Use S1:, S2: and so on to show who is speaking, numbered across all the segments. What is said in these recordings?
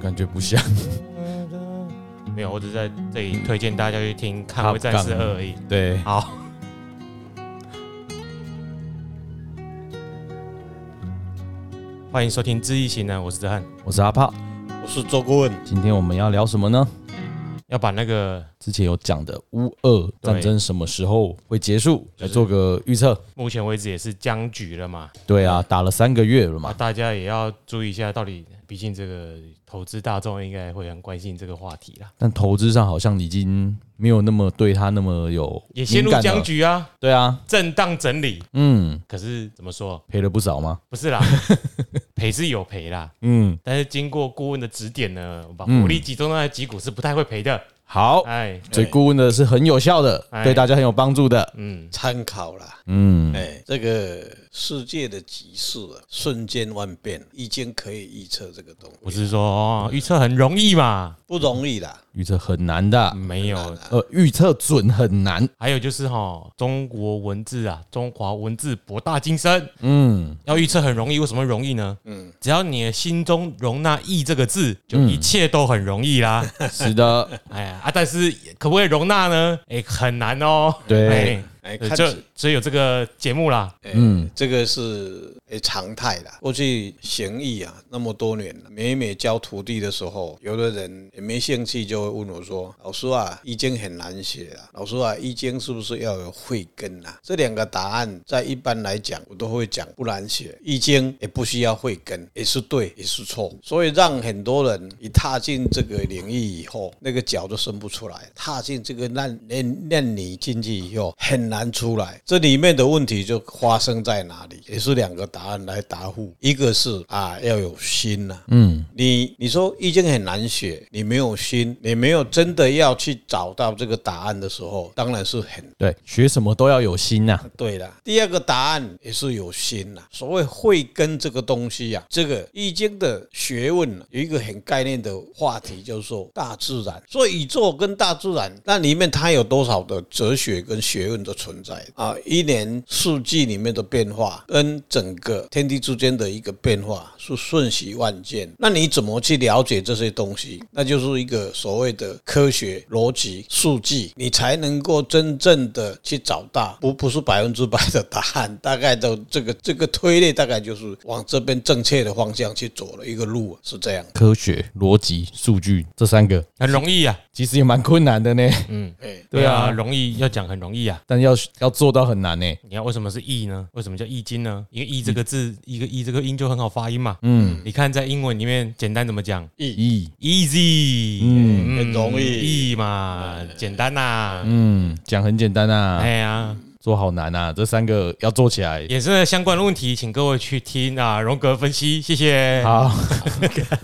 S1: 感觉不像。
S2: 没有，我只是在这里推荐大家去听《捍卫战士二》而已。
S1: 对，
S2: 好，欢迎收听《知易行难》，我是子翰。
S1: 我是阿炮，
S3: 我是周顾问，
S1: 今天我们要聊什么呢？
S2: 要把那个
S1: 之前有讲的乌俄战争什么时候会结束，来做个预测。
S2: 目前为止也是僵局了嘛，
S1: 对啊，打了三个月了
S2: 啊，
S1: 嘛，
S2: 大家也要注意一下，到底毕竟这个投资大众应该会很关心这个话题啦，
S1: 但投资上好像已经没有那么对他那么有
S2: 也陷入
S1: 敏感了
S2: 僵。局啊，
S1: 对啊，
S2: 震荡整理。
S1: 嗯，
S2: 可是怎么说？
S1: 赔了不少吗？
S2: 不是 啦，赔是有赔啦，
S1: 嗯，
S2: 但是经过顾问的指点呢，我把火力集中在几股是不太会赔的。
S1: 好，
S2: 哎，
S1: 所以顾问的是很有效的，
S2: 哎
S1: 对大家很有帮助的。
S2: 嗯，
S3: 参考啦。
S1: 嗯，
S3: 哎，这个世界的局势啊，瞬间万变，已经可以预测这个东
S2: 不
S3: 西，
S2: 是说哦预测很容易嘛？嗯
S3: 不容易啦。
S1: 预测很难的，
S2: 没有，
S1: 呃，预测准很难。
S2: 还有就是哈，中国文字啊，中华文字博大精深，
S1: 嗯，
S2: 要预测很容易，为什么容易呢？嗯，只要你的心中容纳“易”这个字，就一切都很容易 啦。
S1: 是的，
S2: 哎呀啊，但是可不可以容纳呢？哎，很难哦。
S1: 对
S2: 哎，
S3: 哎
S2: 对
S3: 看
S2: 就
S3: 起
S2: 所以有这个节目啦。
S3: 哎
S1: 嗯
S3: 这个是哎常态啦。过去行医啊，那么多年了，每每教徒弟的时候，有的人也没兴趣，就会问我说：“老师啊，易经很难写啊，老师啊，易经是不是要有慧根啊？”这两个答案在一般来讲，我都会讲不难写，易经也不需要慧根，也是对，也是错。所以让很多人一踏进这个领域以后，那个脚都伸不出来，踏进这个烂烂烂泥进去以后很难出来。这里面的问题就发生在哪里？也是两个答案来答复，一个是啊要有心呐、
S1: 嗯，
S3: 你你说易经很难写，你没有心，你没有真的要去找到这个答案的时候，当然是很
S1: 对，学什么都要有心啊呐、
S3: 对了，第二个答案也是有心啦。所谓慧根这个东西呀、这个《易经》的学问啊有一个很概念的话题，就是说大自然。所以宇宙跟大自然，那里面它有多少的哲学跟学问的存在啊？一年四季里面的变化，跟整个天地之间的一个变化是瞬息万变。那你怎么去了解这些东西？那就是一个所谓的科学逻辑、数据，你才能够真正的去找到，不不是百分之百的答案， 大概的这个这个推类大概就是往这边正确的方向去走了一个路，啊是这样。
S1: 科学、逻辑、数据这三个
S2: 很容易啊，
S1: 其实也蛮困难的呢，
S3: 哎，
S1: 对啊
S2: 容易要讲很容易啊。
S1: 但要要做到很难呢。
S2: 你看为什么是易呢？为什么叫易经呢？因为易这个字，一个易这个音就很好发音嘛。嗯，你看在英文里面简单怎么讲
S1: 咦，
S2: ？easy，
S1: 嗯
S3: 很容易哎
S2: 易嘛，简单呐。
S1: 嗯，讲很简单啊，
S2: 哎呀，
S1: 做好难啊，这三个要做起来。
S2: 衍生的相关的问题，请各位去听啊，荣格分析，谢谢。
S1: 好，
S3: 哎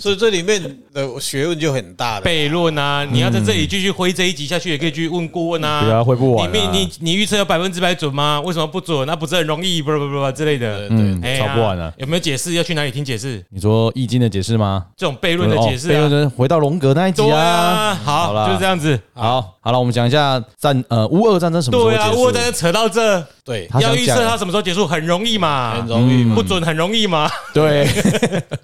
S3: 所以这里面的学问就很大了。
S2: 悖论啊，你要在这里继续挥这一集下去，也可以继续问顾问啊。
S1: 对啊，会嗯不完、
S2: 你
S1: 啊，
S2: 你你预测有百分之百准吗？为什么不准？那不是很容易？不不不不之类的，
S1: 嗯
S2: 哎，呀
S1: 吵不完啊。
S2: 有没有解释？要去哪里听解释？
S1: 你说《易经》的解释吗？
S2: 这种悖论的解释
S1: 哦悖
S2: 啊
S1: 论，的回到荣格那一集
S2: 对
S1: 啊。
S2: 啊，好，
S1: 好啦
S2: 就是这样子。
S1: 好，好了，我们讲一下战呃乌俄战争什么时候
S2: 对啊，
S1: 结束？
S2: 我在扯到这，
S3: 对，
S1: 他
S2: 要
S1: 想
S2: 预
S1: 讲啊嗯
S2: 测它什么时候结束很容易嘛
S3: 很，容易嘛，
S2: 不准很容易嘛。
S1: 对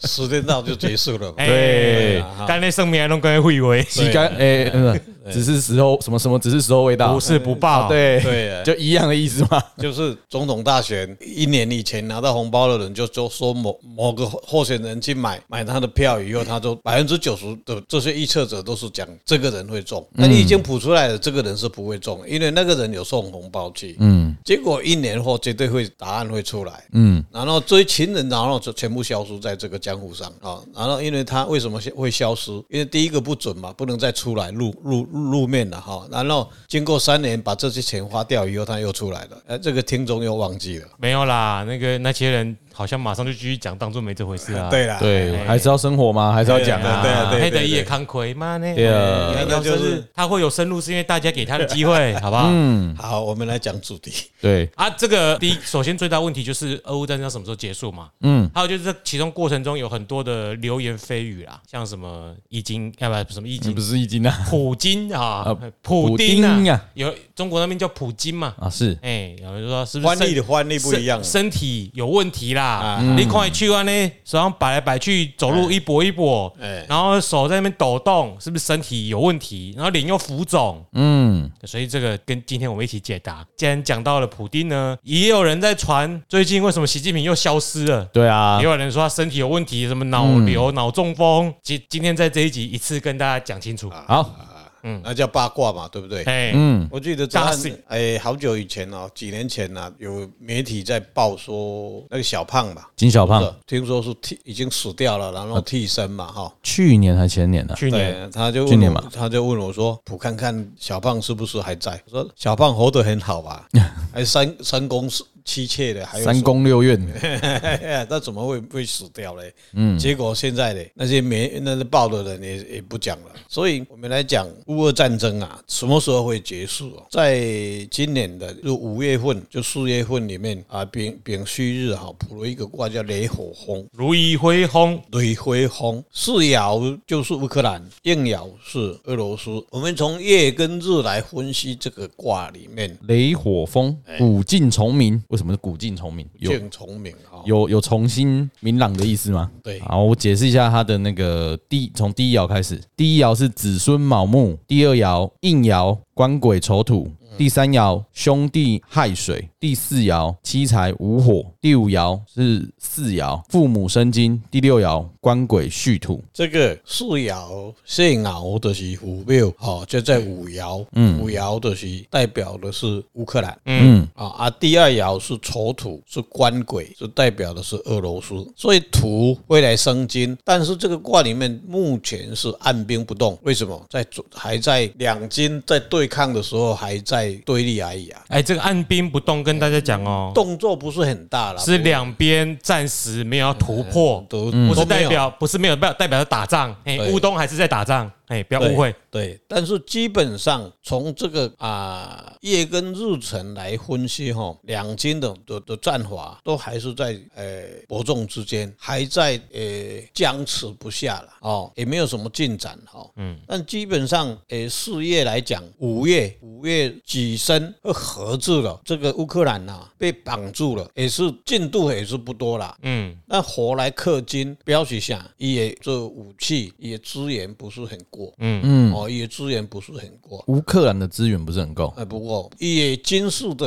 S3: 时间到就结束了嘛。啊
S1: 对
S2: 哎，干那生命还能跟人会为，
S1: 洗干哎，嗯只是时候什么什么，只是时候未到
S2: 不。是不报。，
S1: 哦对
S3: 对啊
S1: 就一样的意思嘛。
S3: 就是总统大选一年以前拿到红包的人就，就说某某个候选人去买买他的票以后，他就百分之九十的这些预测者都是讲这个人会中，那你已经谱出来了，这个人是不会中，因为那个人有送红包去，
S1: 嗯
S3: 结果一年后哦绝对会答案会出来。
S1: 嗯，
S3: 然后这一群人，然后就全部消失在这个江湖上啊。然后因为他为什么会消失？因为第一个不准嘛，不能再出来露露露面了哈。然后经过三年把这些钱花掉以后，他又出来了。哎，这个听众又忘记了。
S2: 没有啦，那个那些人好像马上就继续讲，当做没这回事啊。
S3: 对啦，
S1: 对，还是要生活嘛，还是要讲
S3: 对啊
S1: 啊。
S3: 对对
S2: 黑的
S3: 对
S2: 也康奎，妈呢？
S1: 对啊
S2: 哎
S3: 那就是
S2: 要深入他会有深入，是因为大家给他的机 会，好不好？
S1: 嗯，
S3: 好，我们来讲主题。
S1: 对，
S2: 啊，这个第一，首先最大问题就是俄乌战争什么时候结束嘛？
S1: 嗯，
S2: 还有就是这其中过程中有很多的流言蜚语啦，像什么易经，啊不什么易
S1: 你
S2: 经
S1: 不，是易经啊？
S2: 普京啊
S1: 啊，
S2: 普
S1: 普
S2: 丁
S1: 丁
S2: 啊
S1: 啊，
S2: 有中国那边叫普京嘛，
S1: 啊，是，
S2: 哎，有人说是不是
S3: 翻译
S2: 身
S3: 的翻译不一样
S2: 身身体有问题啦。啊嗯你看去完呢，手上摆来摆去，走路一跛一跛
S3: 哎，
S2: 然后手在那边抖动，是不是身体有问题？然后脸又浮肿，
S1: 嗯，
S2: 所以这个跟今天我们一起解答。既然讲到了普丁呢，也有人在传最近为什么习近平又消失了。
S1: 对啊嗯
S2: 也，有人说他身体有问题，什么脑瘤、脑中风。今今天在这一集一次跟大家讲清楚。
S1: 好，
S3: 那叫八卦嘛，对不对？
S2: 哎，
S1: 嗯，
S3: 我记得在
S2: 大事
S3: 哎，好久以前哦，几年前呢，有媒体在报说那个小胖吧，
S1: 金小胖
S3: 是听说是替已经死掉了，然后替身嘛，哈。
S1: 去年还前年呢、
S2: 去年
S3: 对，他就
S1: 啊去
S3: 问
S1: 年
S3: 我
S1: 嘛，
S3: 他就问我说：“我看看小胖是不是还在？”我说：“小胖活得很好 吧，还三三宫七妾的，还有
S1: 三
S3: 什么
S1: 宫六院，
S3: 那怎么会会死掉嘞？嗯，结果现在嘞，那些没那些报的人也也不讲了。所以我们来讲乌俄战争啊，什么时候会结束、哦？在今年的就五月份，就四月份里面啊，丙丙戌日哈、卜了一个卦叫雷火风。
S2: 如意挥轰，
S3: 雷回风，四爻就是乌克兰，应爻是俄罗斯。我们从月跟日来分析这个卦里面，啊
S1: 雷火风，
S3: 哎
S1: 古镜重明。为什么是古镜重明？有
S3: 见重明哈、哦，
S1: 有有重新明朗的意思吗？
S3: 对
S1: 好，我解释一下它的那个第从第一爻开始，第一爻是子孙卯木，第二爻应爻官鬼丑土，
S3: 嗯
S1: 第三爻兄弟亥水，第四爻七财午火，第五爻是四爻父母生金，第六爻官鬼戌土。
S3: 这个四爻、四爻的是五六，哦，就在五爻，嗯，五爻的是代表的是乌克兰，
S1: 嗯，
S3: 啊啊，第二爻是丑土，是官鬼，是代表的是俄罗斯，所以土会来生金，但是这个卦里面目前是按兵不动，为什么？在左还在两金在对抗的时候还在对立而已啊，
S2: 哎，这个按兵不动，跟大家讲哦，
S3: 动作不是很大了，
S2: 是两嗯边暂时没有要突破，不
S3: 都嗯都
S2: 是
S3: 没
S2: 代
S3: 有
S2: 表不是没有代代表是打仗，哎，
S3: 对
S2: 乌东还是在打仗，哎，不要误会，
S3: 对。嗯对，但是基本上从这个啊、夜跟日辰来分析哈、两军的的的战法都还是在呃伯仲之间，还在呃僵持不下了哦，也没有什么进展哦。嗯，但基本上呃四月来讲，五月五月己申呃合制了，这个乌克兰呐、被绑住了，也是进度也是不多啦。
S2: 嗯，
S3: 那火来克金，标题下也这武器也资源不是很过，嗯嗯，哦，也资源不是很过。
S1: 乌克兰的资源不是很够，
S3: 哎，不过也金属的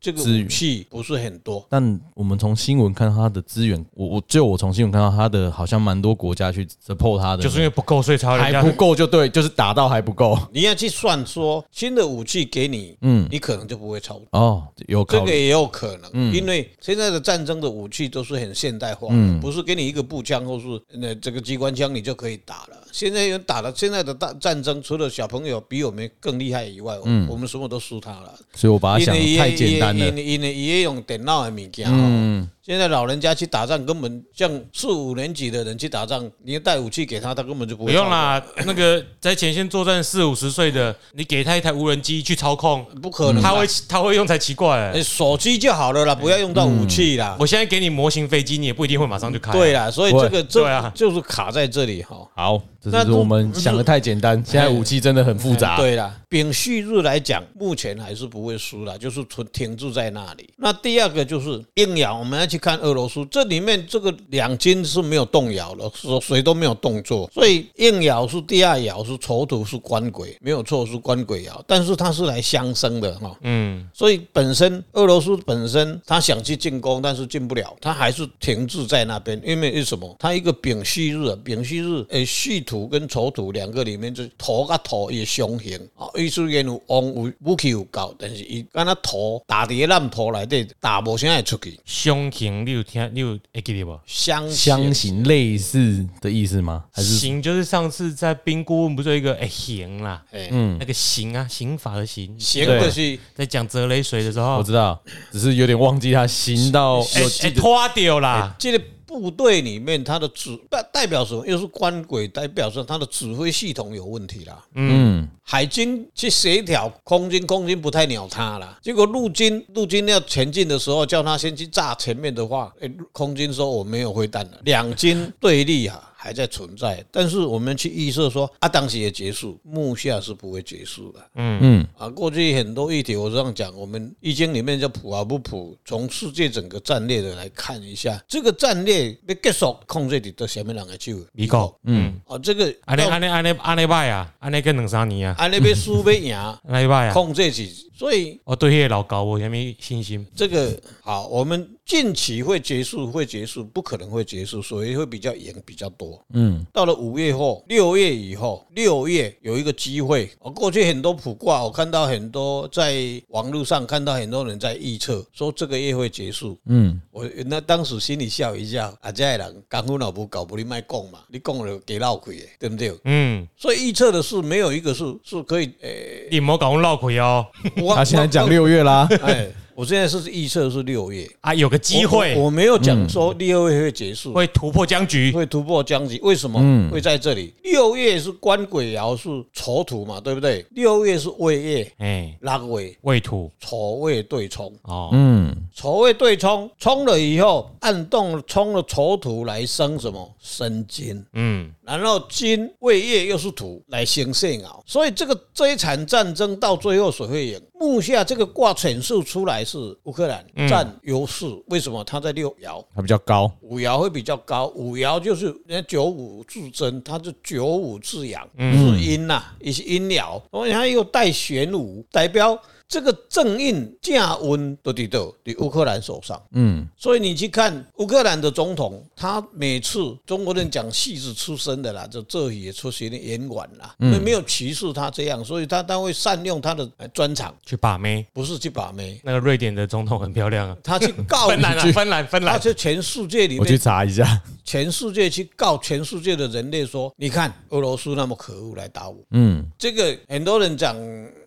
S3: 这个
S1: 嗯资源
S3: 武器不是很多，啊
S1: 但我们从新闻看到它的资源，我我就我从新闻看到它的好像蛮多国家去 support 它的，
S2: 就是因为不够，所以才要人
S1: 还
S2: 家
S1: 不够就对，就是打到还 不够。
S3: 你要去算说新的武器给你，嗯，你可能就不会超。
S1: 哦，有
S3: 这
S1: 考
S3: 个
S1: 虑，嗯
S3: 也有可能，因为现在的战争的武器都是很现代化
S1: 嗯
S3: 的，不是给你一个步枪或是那这个机关枪你就可以打了。现在有打了，现在的大战争除了小朋友比我们更厉害以外，
S1: 嗯
S3: 我们什么都输他了。
S1: 所以我把它
S3: 因
S1: 想
S3: 为
S1: 的
S3: 伊
S1: 太简单了嗯
S3: 因。为因为伊用电脑的物件哦。现在老人家去打仗，根本像四五年级的人去打仗，你带武器给他，他根本就不
S2: 不
S3: 会。
S2: 用，啦，那个在前线作战四五十岁的，你给他一台无人机去操控，
S3: 不可能啦。
S2: 他会他会用才奇怪、欸
S3: 嗯哎手机就好了啦，不要用到武器啦。
S1: 嗯
S2: 我现在给你模型飞机，你也不一定会马上就开、啊
S3: 对，啦，所以这
S2: 对
S3: 个这
S2: 啊
S3: 就是卡在这里哈。
S1: 好，这
S3: 那
S1: 就是我们想的太简单。
S2: 哎
S1: 现在武器真的很复杂。，
S3: 嗯对啦，丙戌日来讲，目前还是不会输啦，就是存停滞在那里。那第二个就是硬摇，我们要去看俄罗斯，这里面这个两军是没有动摇了，谁谁都没有动作，所以硬摇是第二爻是丑土是官鬼，没有错是官鬼爻，但是它是来相生的哈。
S2: 嗯，
S3: 所以本身俄罗斯本身他想去进攻，但是进不了，他还是停滞在那边。因为为什么？他一个丙戌日，啊，丙戌日，诶，戌土跟丑土两个里面就是土甲土也相形啊。意思言有旺有武器有够，但是伊敢若土打伫个烂土内底打无啥会出去，
S2: 胸型你有听你有会记得不？
S3: 相
S1: 相
S3: 相
S1: 形类似的意思吗？还是
S2: 形就是上次在冰顾问不是有一个哎、形啦，
S3: 哎，
S2: 那个刑啊，刑法的刑，
S3: 形就是
S2: 在讲泽雷水的时
S1: 我
S2: 候，
S1: 知道，只是有点忘记它行到
S2: 哎
S1: 有
S2: 哎拖掉啦，
S3: 这个部队里面他的指代代表什么？又是官鬼，代表说他的指挥系统有问题啦。
S1: 嗯
S3: 海军去协调空军，空军不太鸟他了。结果陆军，陆军要前进的时候，叫他先去炸前面的话，诶空军说我没有灰弹了。两军对立啊，还在存在，但是我们去预设说啊，当时也结束，目下是不会结束的。
S1: 嗯，
S3: 啊，过去很多议题，我这样讲，我们《易经》里面叫普啊不普，从世界整个战略的来看一下，这个战略要结束，控制你到下面两个就
S2: 美国，嗯，
S3: 啊，这个
S2: 安尼安尼安尼安尼歹啊，安尼跟两三年啊，
S3: 安那边输被赢，
S2: 安尼歹啊，
S3: 控制起，所以
S2: 我对迄个老高无虾米信心。
S3: 这个好，我们近期会结束，会结束，不可能会结束，所以会比较赢比较多。嗯，到了五月后，六月以后，六月有一个机会。我过去很多卜卦，我看到很多在网络上看到很多人在预测，说这个月会结束。
S1: 嗯，
S3: 我那当时心里笑一下，啊，这些人功夫脑部搞不你卖讲嘛，你讲了给闹亏的，对不对？
S2: 嗯，
S3: 所以预测的事没有一个是是可以，诶、
S2: 你莫搞我闹开哦，
S3: 我
S1: 他现在讲，六月啦，
S3: 我哎，我现在是预测是六月。
S2: 啊，有个机会
S3: 我我我没有
S1: 嗯
S3: 讲说六月会结束，
S2: 会突破僵局。
S3: 会突破僵局，为什么会在这里？六月是官鬼爻是丑土嘛，对不对？六月是未月，
S2: 哎，
S3: 六月啊
S2: 未土
S3: 丑未对冲，
S2: 哦，
S1: 嗯，
S3: 丑未对冲，冲了以后按动冲了丑土来生什么生金，
S2: 嗯，
S3: 然后金未月又是土来生肾爻，所以这个这一场战争到最后谁会赢？目下这个卦阐述出来是乌克兰占优势，为什么他在六爻？
S1: 还比较 高，
S3: 五爻会比较高，五爻就是人家九五至真，它是九五至阳，是阴呐、也是阴爻，所以它又带玄武，代表这个正印降温都伫到伫乌克兰手上。
S1: 嗯，
S3: 所以你去看乌克兰的总统，他每次中国人讲戏子出身的啦，就这里也出现的演馆啦，所以没有歧视他这样，所以他他会善用他的呃专长，
S2: 去把妹。
S3: 不是去把妹，啊
S2: 那个瑞典的总统很漂亮啊，
S3: 他去 告
S2: 芬兰
S3: 你
S2: 啊，芬兰，芬
S3: 他
S2: 兰，
S3: 去全世界里
S1: 我
S3: 面
S1: 去查一下，
S3: 全世界去告全世界的人类说，你看俄罗斯那么可恶来打我，
S1: 嗯，
S3: 这个很多人讲，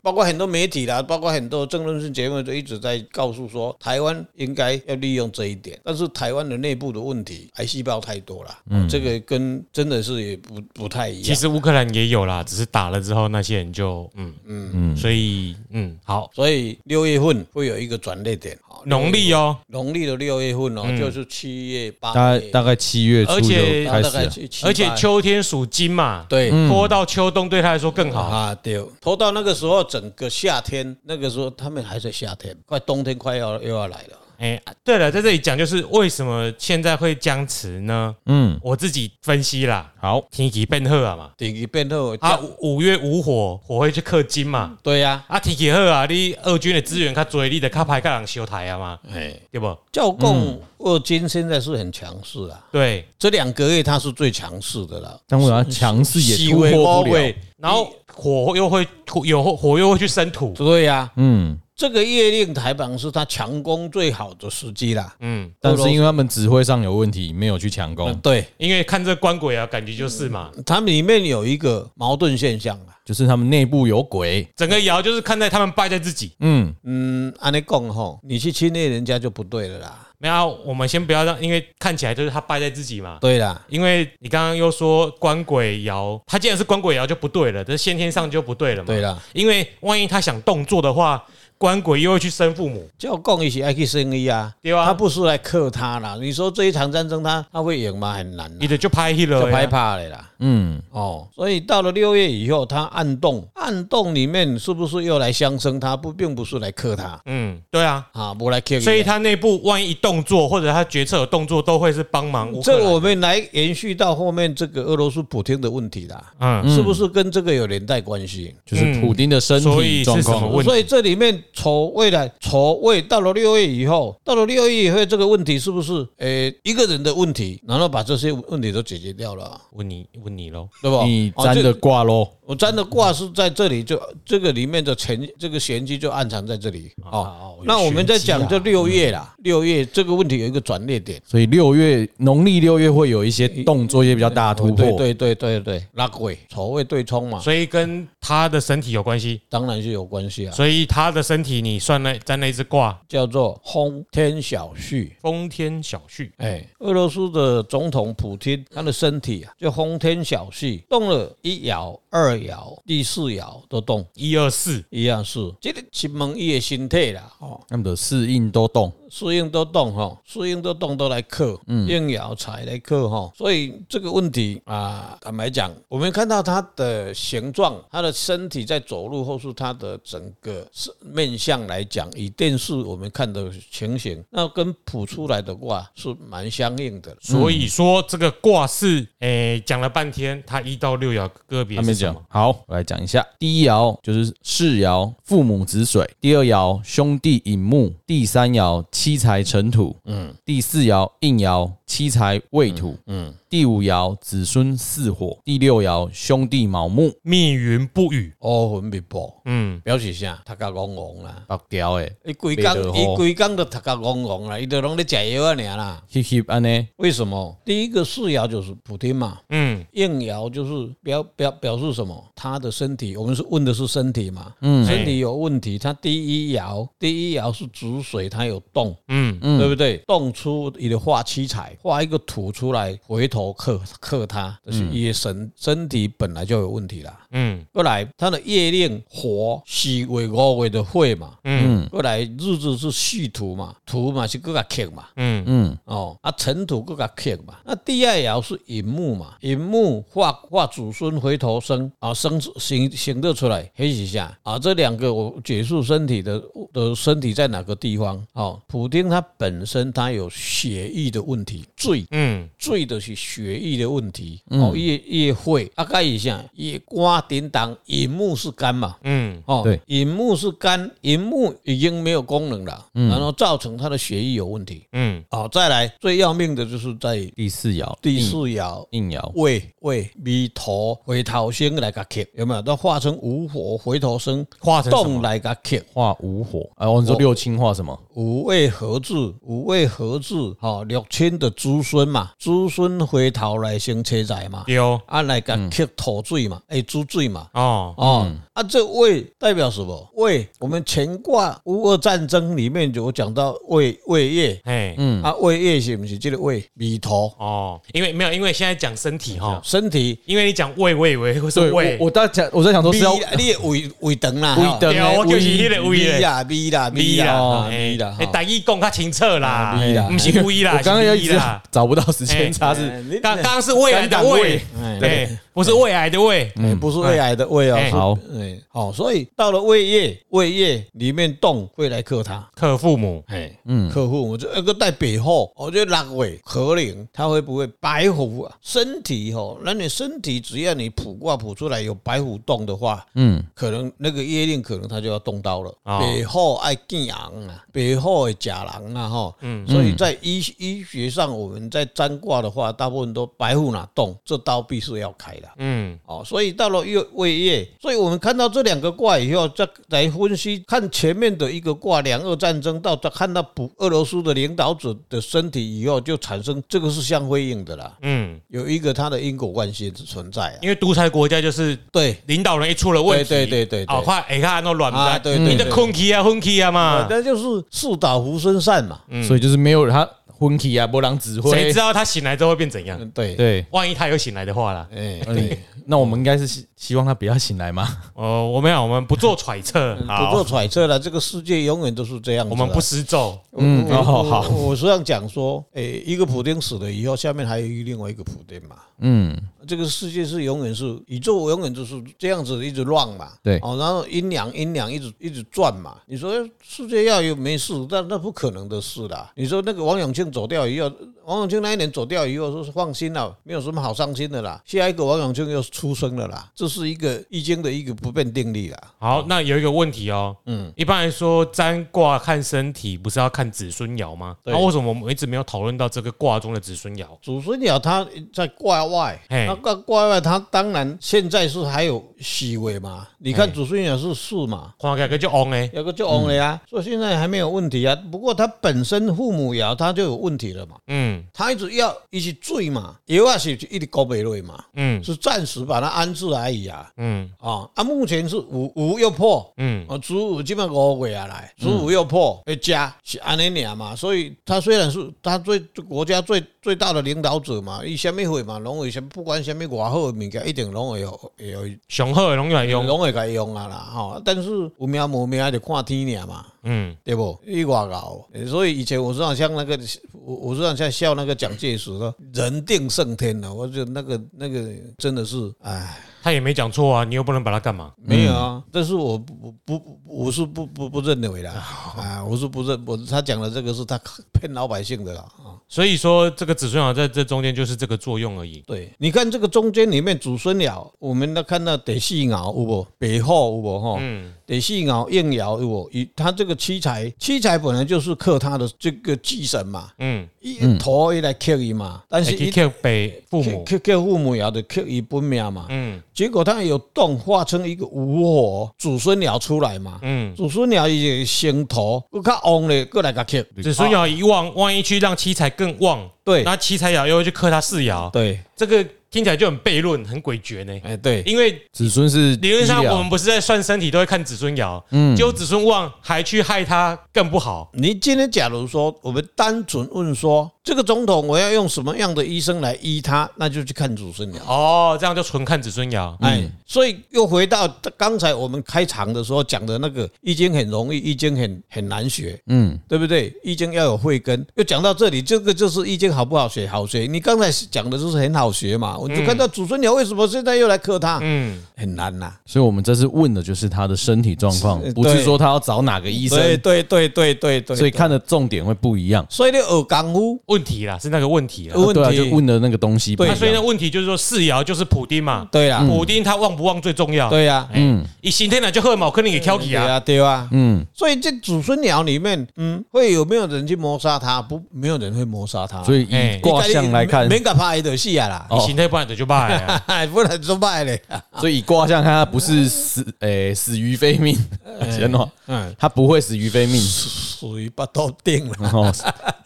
S3: 包括很多媒体啦，包括很多政论性节目都一直在告诉说，台湾应该要利用这一点。但是台湾的内部的问题，癌细胞太多了，嗯，这个跟真的是也不不太一
S2: 其
S3: 样。
S2: 实乌克兰也有啦，只是打了之后那些人就嗯嗯嗯，所以嗯好，
S3: 所以六月份会有一个转捩点，好
S2: 农历哦，
S3: 农历的六月份哦，就是七月八
S1: 大
S3: 月，
S1: 大概七月初
S2: 而
S1: 就
S2: 且
S1: 开
S3: 大概
S1: 始了，
S3: 七七
S2: 而且
S3: 八
S2: 秋嗯天属金嘛，
S3: 对，
S2: 拖到秋冬对他来说更好。
S3: 啊，对，拖到那个时候，整个夏天，那个时候他们还在夏天，快冬天快要又要来了。
S2: 哎，对了，在这里讲就是为什么现在会僵持呢？
S1: 嗯，
S2: 我自己分析啦，
S1: 好，
S2: 天气变好啊嘛，
S3: 天气变后，
S2: 啊五五月无火，火会去克金嘛，
S3: 对呀、
S2: 啊天气好啊，你俄军的资源较多，你得较歹较人修台啊嘛，
S3: 哎，
S2: 对不？
S3: 教共俄军现在是很强势啊，
S2: 对，
S3: 这两个月他是最强势的了。
S1: 但我要强势也
S3: 西
S1: 突
S3: 威
S1: 破不
S3: 包围
S1: 了，
S2: 然后火又会土，有火又会去生土，
S3: 对呀、
S1: 嗯，
S3: 啊这个月令台榜是他强攻最好的时机啦。
S2: 嗯，
S1: 但是因为他们指挥上有问题，没有去强
S3: 嗯，
S1: 攻，
S3: 对，
S2: 因为看这官鬼啊，感觉就是嘛，
S1: 嗯
S3: 他们里面有一个矛盾现象啊。
S1: 就是他们内部有鬼，
S2: 整个爻就是看在他们败在自己。
S1: 嗯，
S3: 嗯，按你讲吼，你去侵略人家就不对了啦。
S2: 没有啊，我们先不要让，因为看起来就是他败在自己嘛。
S3: 对啦，
S2: 因为你刚刚又说官鬼爻，他既然是官鬼爻就不对了，这先天上就不对了嘛。
S3: 对，啦，
S2: 因为万一他想动作的话，官鬼又会去生父母，
S3: 教共一起爱去生意啊。
S2: 对吧、
S3: 他不是来克他啦。你说这一场战争他他会赢吗？很难啦
S2: 你，的就拍去了
S3: 就
S2: 呀，
S3: 拍怕了啦。
S1: 嗯，
S3: 哦，所以到了六月以后，他暗动，暗动里面是不是又来相生他？不，并不是来克他
S2: 嗯，对啊。
S3: 啊，不来克他。
S2: 所以他内部万一动作或者他决策有动作，都会是帮忙乌克
S3: 这
S2: 兰。
S3: 我们来延续到后面这个俄罗斯普京的问题啦，
S2: 嗯，
S3: 是不是跟这个有连带关系？
S1: 就是普丁的身
S2: 所
S1: 体
S2: 以是
S1: 状
S2: 什么
S1: 况，
S2: 问题
S3: 嗯所以这里面丑未来丑未到了六月以后，到了六月以后，这个问题是不是呃一个人的问题？然后把这些问题都解决掉了啊，
S2: 问你问你喽，
S3: 对吧？
S1: 你
S3: 哦
S1: 沾
S3: 这
S1: 的挂喽，
S3: 我占的卦是在这里，就这个里面的沉这个玄机就暗藏在这里哦。那我们在讲这六月啦，六月这个问题有一个转捩点，
S1: 所以六月农历六月会有一些动作，一些比较大的突
S3: 对
S1: 破，
S3: 对对对对，拉鬼丑位对冲嘛，
S2: 所以跟他的身体有关系，
S3: 当然是有关系啊。
S2: 所以他的身身体你算那占那一只卦，
S3: 叫做轰天小旭。
S2: 风天小旭，
S3: 哎，俄罗斯的总统普京，他的身体啊，就轰天小旭，动了一爻、二爻、第四爻都动，
S2: 一二四，
S3: 一样是。这个是问伊的身体啦，哦，
S1: 那么的适应都动，
S3: 适应都动吼，适应都动都来克，应爻财来克吼。所以这个问题啊，坦白讲，我们看到他的形状，他的身体在走路，或是他的整个是面相来讲，以电视我们看的情形，那跟谱出来的卦是蛮相应
S1: 嗯
S3: 的。
S2: 所以说这个卦是，诶，讲了半天，它一到六爻个别
S1: 还没
S2: 是什
S1: 讲
S2: 么？。
S1: 好，我来讲一下。第一爻就是世爻，父母子水；第二爻兄弟引木；第三爻七财成土；嗯，第四爻应爻七财未土；嗯，第五爻子孙巳火；第六爻兄弟卯木。
S2: 密云不雨，
S3: 乌云密布，
S2: 嗯，
S3: 表示啥？头壳戆戆啦，
S1: 爆掉诶，
S3: 伊规
S1: 白就
S3: 工
S1: 好
S3: 伊规工都头壳戆戆啦，伊都拢咧食药啊尔啦。
S1: 嘿嘿，安呢？
S3: 为什么？第一个四爻就是补丁嘛，
S2: 嗯，
S3: 应爻就是表表表示什么？他的身体，我们是问的是身体嘛，
S1: 嗯
S3: 身体有问题。他第一爻，第一爻是子水，它有动，
S2: 嗯，
S1: 嗯
S3: 对不对？动出你的化七彩，画一个土出来，回头克克它，这是也神身体本来就有问题啦。
S2: 嗯，
S3: 过来，它的月令火是为五月的火嘛，
S2: 嗯，
S3: 过来日子是戌土嘛，土嘛是各个克嘛，
S2: 嗯，
S1: 嗯，
S3: 哦啊尘土各个克嘛，那第二爻是寅木嘛，寅木化化祖孙回头生啊，生行行得出来，黑几下啊，这两个我解释身体的的身体在哪个地方哦，普丁他本身他有血液的问题，最
S2: 嗯，
S3: 最的是血液的问题哦，也也会啊，该一下也瓜叮当，寅木是肝嘛，
S2: 嗯，
S3: 哦，
S1: 对，
S3: 银幕是肝，银幕已经没有功能了，然后造成他的血液有问题。
S2: 嗯，
S3: 哦，再来最要命的就是在
S1: 第四爻，
S3: 第四爻。
S2: 嗯
S1: 应爻，
S3: 胃胃米头回头生来个克，有没有？都化成无火回头生，
S2: 化成什
S3: 动
S2: 么？
S3: 来个克，
S1: 化五火。哎，我说六亲化什么？
S4: 五
S3: 五味合治，五味合治，哦，六亲的子孙嘛，子孙回头来生车仔嘛，
S2: 丢
S3: 啊来个克土水嘛，哎，煮水嘛，
S2: 哦，
S3: 哦、啊，这魏代表什么？魏，我们乾卦乌俄战争里面有讲到魏魏业，
S2: 嘿，
S3: 嗯啊，魏业是不是这个魏米头
S2: 哦，因为没有，因为现在讲身体哈，
S3: 身体？
S2: 因为你讲胃胃胃或是
S1: 对，
S2: 胃
S1: 我，我在讲，我在想说
S3: 你
S1: 是要
S3: 你的胃胃肠啦，
S1: 胃肠
S2: 对啊，我就是迄个胃
S3: 胃
S1: 啊
S2: 嘞，
S3: 啦，胃啦，
S2: 胃
S3: 胃啦，
S2: 啦，
S1: 哦
S3: 啊
S2: 哎
S3: 胃啦，，
S2: 哎，大意讲较清楚啦，
S3: 啊胃啦
S2: 不是胃啦，
S1: 哎 我刚刚要
S2: 是
S1: 一
S2: 胃
S1: 直
S2: 啦，
S1: 找不到时间差
S3: 哎
S1: 是，
S3: 你
S2: 刚刚刚是胃癌的胃，
S3: 哎
S2: 哎，不是胃癌的胃，
S3: 哎不是胃癌的胃哦
S2: 哎
S3: 是，
S1: 好
S3: 哎，好，所以到了胃液，胃液里面动会来克它，
S2: 克父母，
S3: 哎，嗯，客户，我就那个带北后，我就六尾可能他会不会白虎啊？身体吼、那你身体只要你卜卦卜出来有白虎动的话，
S1: 嗯，
S3: 可能那个夜令可能他就要动刀了。
S2: 哦
S3: 北后爱见人啊，北后的假人啊，哈，嗯，所以在医医学上，我们在占卦的话，大部分都白虎哪动，这刀必是要开的。
S2: 嗯，
S3: 哦，所以到了月未月，所以我们看到这两个卦以后，再来分析看前面的一个卦，两俄战争到再看到普俄罗斯的领导者的身体以后，就产生这个是相辉映的啦，
S2: 嗯，
S3: 有一个它的因果关系存在啊。
S2: 因为独裁国家就是
S3: 对，
S2: 领导人一出了问题，
S3: 对对对对对
S2: 哦，快哎看那软
S3: 啊
S2: 蛋，
S3: 对对对
S2: 你的困气啊，昏气啊嘛，
S3: 那就是树倒猢狲散嘛。
S1: 所以就是没有他婚期啊，波浪指
S2: 谁
S1: 挥
S2: 知。道他醒来之后会变怎样？
S3: 嗯，对，
S1: 对，
S2: 万一他有醒来的话啦，
S3: 哎，
S1: 嗯，那我们应该是希希望他不要醒来嘛。
S2: 哦，我们啊，我们不做揣测，
S3: 嗯不
S2: 好，
S3: 做揣测了，这个世界永远都是这样子啊
S2: 我
S3: 啦。
S2: 们不施咒，
S1: 嗯
S3: 我
S1: 哦
S3: 我
S1: 好
S3: 我我实际上讲说，诶、一个普丁死了以后，下面还有一另外一个普丁嘛。
S1: 嗯，
S3: 这个世界是永远是宇宙，永远就是这样子一直乱嘛。
S1: 对
S3: 哦，然后阴阳阴阳一直一直转嘛。你说世界要有没事，但那不可能的事啦。你说那个王永庆走掉以后，王永庆那一年走掉以后，说是放心了，没有什么好伤心的啦。下一个王永庆又出生了啦，这是一个易经的一个不变定律啦。
S2: 好，那有一个问题哦，嗯，一般来说占卦看身体，不是要看子孙爻吗？
S3: 对
S2: 那为什么我们一直没有讨论到这个卦中的子孙爻？
S3: 祖孙鸟它在卦外，
S2: 嘿
S3: 那那怪怪外，它当然现在是还有虚伪嘛。你看祖孙也是树嘛，
S2: 看起来就翁诶，
S3: 有个就翁了呀，所以现在还没有问题啊。不过它本身父母爻它就有问题了嘛，
S2: 嗯
S3: 它一直要一直追嘛，有啊是一直搞不落嘛，
S2: 嗯
S3: 是暂时把它安置而已啊。
S2: 嗯
S3: 啊啊，目前是五五又破，
S2: 嗯，
S3: 哦，子午基本五月啊来，子午又破，要加是安尼尔嘛，所以他虽然是他最国家最最大的领导者嘛，伊什么会嘛，拢会什不管什么外好的物件，一定拢会有会有
S2: 上好的拢要用，
S3: 拢会该用啊啦吼。但是有命无命就看天尔嘛，
S2: 嗯
S3: 对不？伊外搞，所以以前我知道像那个我我知道像笑那个蒋介石说人定胜天了，我觉得那个那个真的是唉。
S2: 他也没讲错啊，你又不能把他干嘛？
S3: 没有
S2: 嗯
S3: 啊，但是我不不不，我是不不不认为的
S2: 哦
S3: 啊，我是不认，我他讲的这个是他骗老百姓的啦啊。
S2: 所以说这个子孙爻在这中间就是这个作用而已。
S3: 对，你看这个中间里面祖孙爻，我们那看到得四爻有无，北后有无哈，
S2: 嗯
S3: 得四爻应爻有无，以他这个七财，七财本来就是克他的这个忌神嘛，
S2: 嗯，
S3: 一头一来克伊嘛，但是
S2: 会哎去
S3: 一
S2: 克北父母，
S3: 克克父母爻的克伊本命嘛，
S2: 嗯
S3: 结果他有动化成一个无火祖孙爻出来嘛，
S2: 嗯，
S3: 子孙鸟伊个先头，佫较旺咧，佫来甲克。
S2: 嗯子孙爻一旺，万一去让七财更旺，
S3: 对
S2: 那七财爻又会去克他四爻，
S3: 对，
S2: 这个听起来就很悖论，很诡谲呢。
S3: 哎对，
S2: 因为
S1: 子孙是
S2: 理论上
S1: 医疗
S2: 我们不是在算身体，都会看子孙爻，
S1: 嗯
S2: 结果子孙旺还去害他更不好。
S3: 你今天假如说我们单纯问说这个总统我要用什么样的医生来医他，那就去看子孙鸟。
S2: 哦，这样就纯看子孙爻。
S1: 嗯
S3: 哎，所以又回到刚才我们开场的时候讲的那个《易经》很容易，《易经很》很难学，
S1: 嗯，
S3: 对不对？《易经》要有慧根。又讲到这里，这个就是《易经》好不好学？好学。你刚才讲的就是很好学
S1: 嗯
S3: 嘛，我就看到祖孙鸟为什么现在又来克他，
S2: 嗯，
S3: 很难呐、
S1: 所以我们这次问的就是他的身体状况
S3: 是，
S1: 不是
S3: 对
S1: 说他要找哪个医生，
S3: 对对对对对对，
S1: 所以看的重点会不一样。
S3: 所以你学功夫
S2: 问题啦，是那个问题啦。
S3: 有问
S1: 对啊，
S3: 题，
S1: 就问的那个东西不一
S2: 那
S1: 样。
S2: 所以呢，问题就是说四爻就是普丁嘛，
S3: 对啦，
S2: 普丁他旺不旺最重要。
S3: 嗯
S2: 哎
S3: 对呀，
S1: 嗯
S2: 以刑天来就喝毛，肯定给挑剔
S3: 对
S2: 啊。
S3: 啊，对啊。
S1: 嗯，
S3: 所以这祖孙鸟里面，嗯，会有没有人去谋杀他？不，没有人会谋杀他。
S1: 所
S3: 以
S1: 以
S2: 哎
S1: 以卦象来看，
S3: 没敢怕伊的戏啊啦，
S1: 哦
S2: 以刑天不然的就罢了啊。
S3: 不然怎么办 嘞？
S1: 所以以卦象看，他不是死，诶，死于非命，
S2: 哎
S1: 真的，
S3: 嗯，
S1: 他不会死于非命。
S3: 属于把刀定了。
S1: 然后，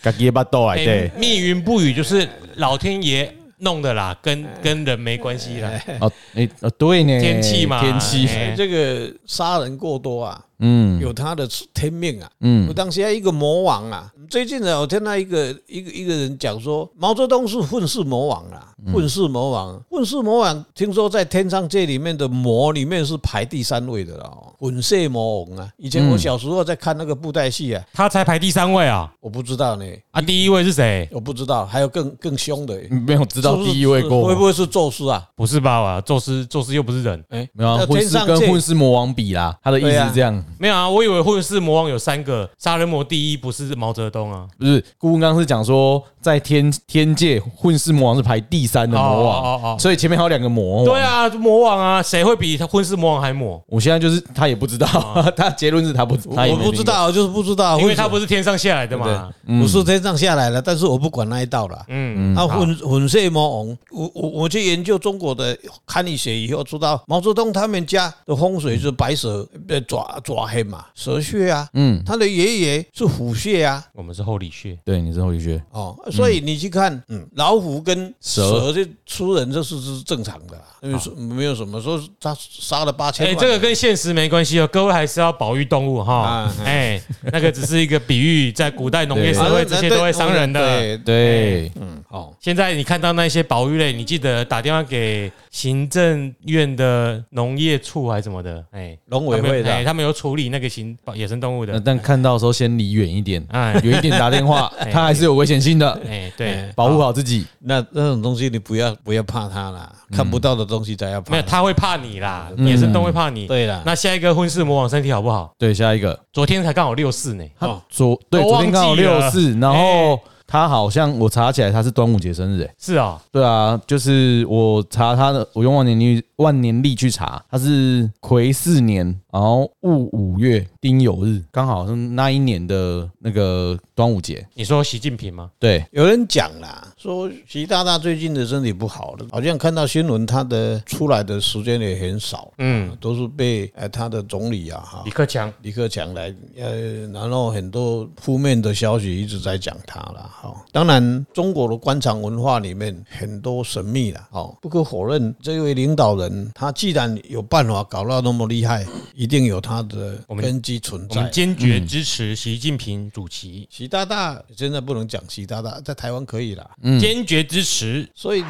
S1: 自己巴肚来
S2: 哎
S1: 对，
S2: 密云不雨就是老天爷弄的啦，跟跟人没关系啦。
S1: 哦，哎，哦，对呢，
S2: 天气嘛
S1: 天气，
S2: 哎
S3: 这个杀人过多啊，
S1: 嗯
S3: 有他的天命啊。我
S1: 嗯，
S3: 当时还一个魔王啊，最近呢，我听到一个一个一个人讲说，毛泽东是混世魔王啦、
S1: 嗯
S3: 混世魔王，混世魔王，听说在天上界里面的魔里面是排第三位的了、哦，混世魔王啊。以
S1: 嗯
S3: 前我小时候在看那个布袋戏啊，
S2: 他才排第三位啊，
S3: 我不知道呢，
S2: 啊，第一位是谁？
S3: 我不知道，还有更更凶的，
S1: 没有知道
S3: 是不是
S1: 第一位过
S3: 会不
S1: 吗，
S3: 会是宙斯啊？
S2: 不是吧？哇，宙斯，宙斯又不是人。
S3: 哎，
S1: 没有啊
S3: 那
S1: 混
S3: 天
S1: 世
S3: 上
S1: 跟
S3: 界
S1: 混世魔王比啦，他的意
S3: 对
S1: 思
S3: 啊
S1: 是这样，
S2: 没有啊，我以为混世魔王有三个，杀人魔第一不是毛泽东啊。
S1: 不是顾问刚是讲说在天天界混世魔王是排第三的魔王，
S2: 哦哦哦哦
S1: 所以前面还有两个魔王，
S2: 对啊，魔王啊，谁会比他混世魔王还魔？
S1: 我现在就是他也不知道，
S2: 哦
S1: 他结论是他不，他也
S3: 我
S1: 没
S3: 不知道，就是不知道，
S2: 因为他
S3: 啊混
S2: 不
S3: 世
S2: 是天上下来的嘛。
S3: 我是天上下来了，但是我不管那一道了。
S2: 嗯，
S3: 啊，混混血魔王，我我我去研究中国的看理学以后，知道毛泽东他们家的风水是白蛇呃爪爪黑嘛，蛇穴啊，嗯，他的爷爷是虎穴啊，
S2: 我们是后理穴。
S1: 对，你是后医学，
S2: 哎
S3: 哦，所以你去看，嗯，老虎跟
S1: 蛇
S3: 蛇这出人这是是正常的啦，因为是没有什么说他杀了八千
S2: 哎，
S3: 万，
S2: 这个跟现实没关系哦，各位还是要保育动物哈
S3: 啊。
S2: 哎，那个只是一个比喻，在古代
S3: 哎
S2: 农业社会，这些都会伤人的。
S3: 啊对对，
S1: 对，
S3: 嗯哦，
S2: 现在你看到那些保育类，你记得打电话给行政院的农业处还是什么的，哎，
S3: 农委会
S2: 他们哎
S3: 的啊嗯
S2: 他们有处理那个行保野生动物
S1: 那
S2: 的。
S1: 但看到的时候先离远一点，
S2: 哎
S1: 远一点打电话
S2: 哎，
S1: 他还是有危险性的，
S2: 哎，对，
S3: 啊
S1: 保护好自己。
S3: 那那种东西你不要不要怕它啦，看不到的东西才要
S2: 嗯没
S3: 怕
S2: 有，
S3: 它，
S2: 他会怕你啦，野生动物会怕你。
S3: 嗯对啦，
S2: 那下一个婚事魔王身体好不好？
S1: 对，下一个，
S2: 昨天才刚好六四呢。
S1: 他
S3: 哦
S1: 昨对
S2: 都
S1: 昨
S2: 忘记
S1: 天刚好六四，然后
S2: 哎
S1: 他好像我查起来他是端午节生日，哎，
S2: 是啊，
S1: 对啊，就是我查他的，我用忘年历万年历去查，它是癸巳年，然后戊午月丁酉日，刚好是那一年的那个端午节。
S2: 你说习近平吗？
S1: 对，
S3: 有人讲啦，说习大大最近的身体不好了，好像看到新闻，他的出来的时间也很少，
S2: 嗯，
S3: 都是被呃他的总理啊哈
S2: 李克强，
S3: 李克强来，呃，然后很多负面的消息一直在讲他了，哈、当然，中国的官场文化里面很多神秘了，哦，不可否认，这位领导人他既然有办法搞到那么厉害，一定有他的
S2: 我们
S3: 根基存
S2: 我们
S3: 在。
S2: 坚决支持习近平主席，
S3: 习大大现在不能讲习大大，在台湾可以啦，
S2: 坚决支持，
S3: 所以你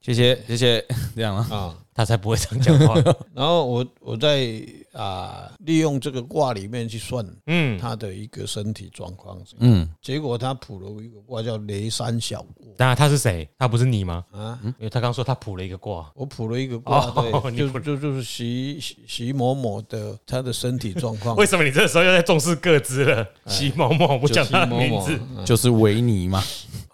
S1: 谢谢谢谢， 这样了。
S3: 啊。
S2: 他才不会这样讲话。
S3: 然后我我在啊、利用这个卦里面去算
S2: 嗯，
S3: 他的一个身体状况，
S1: 嗯，
S3: 结果他卜了一个卦叫雷山小过
S2: 那他是谁？他不是你吗？
S3: 啊，
S2: 因为他刚说他卜了一个卦，
S3: 我卜了一个卦，
S2: 哦
S3: 对，
S2: 你
S3: 就
S2: 卜了
S3: 就就是徐徐徐某某的他的身体状 况，
S2: 为什么你这个时候又在重视各自了？席某哎某，我不讲他的名字。
S1: 就是维尼嘛，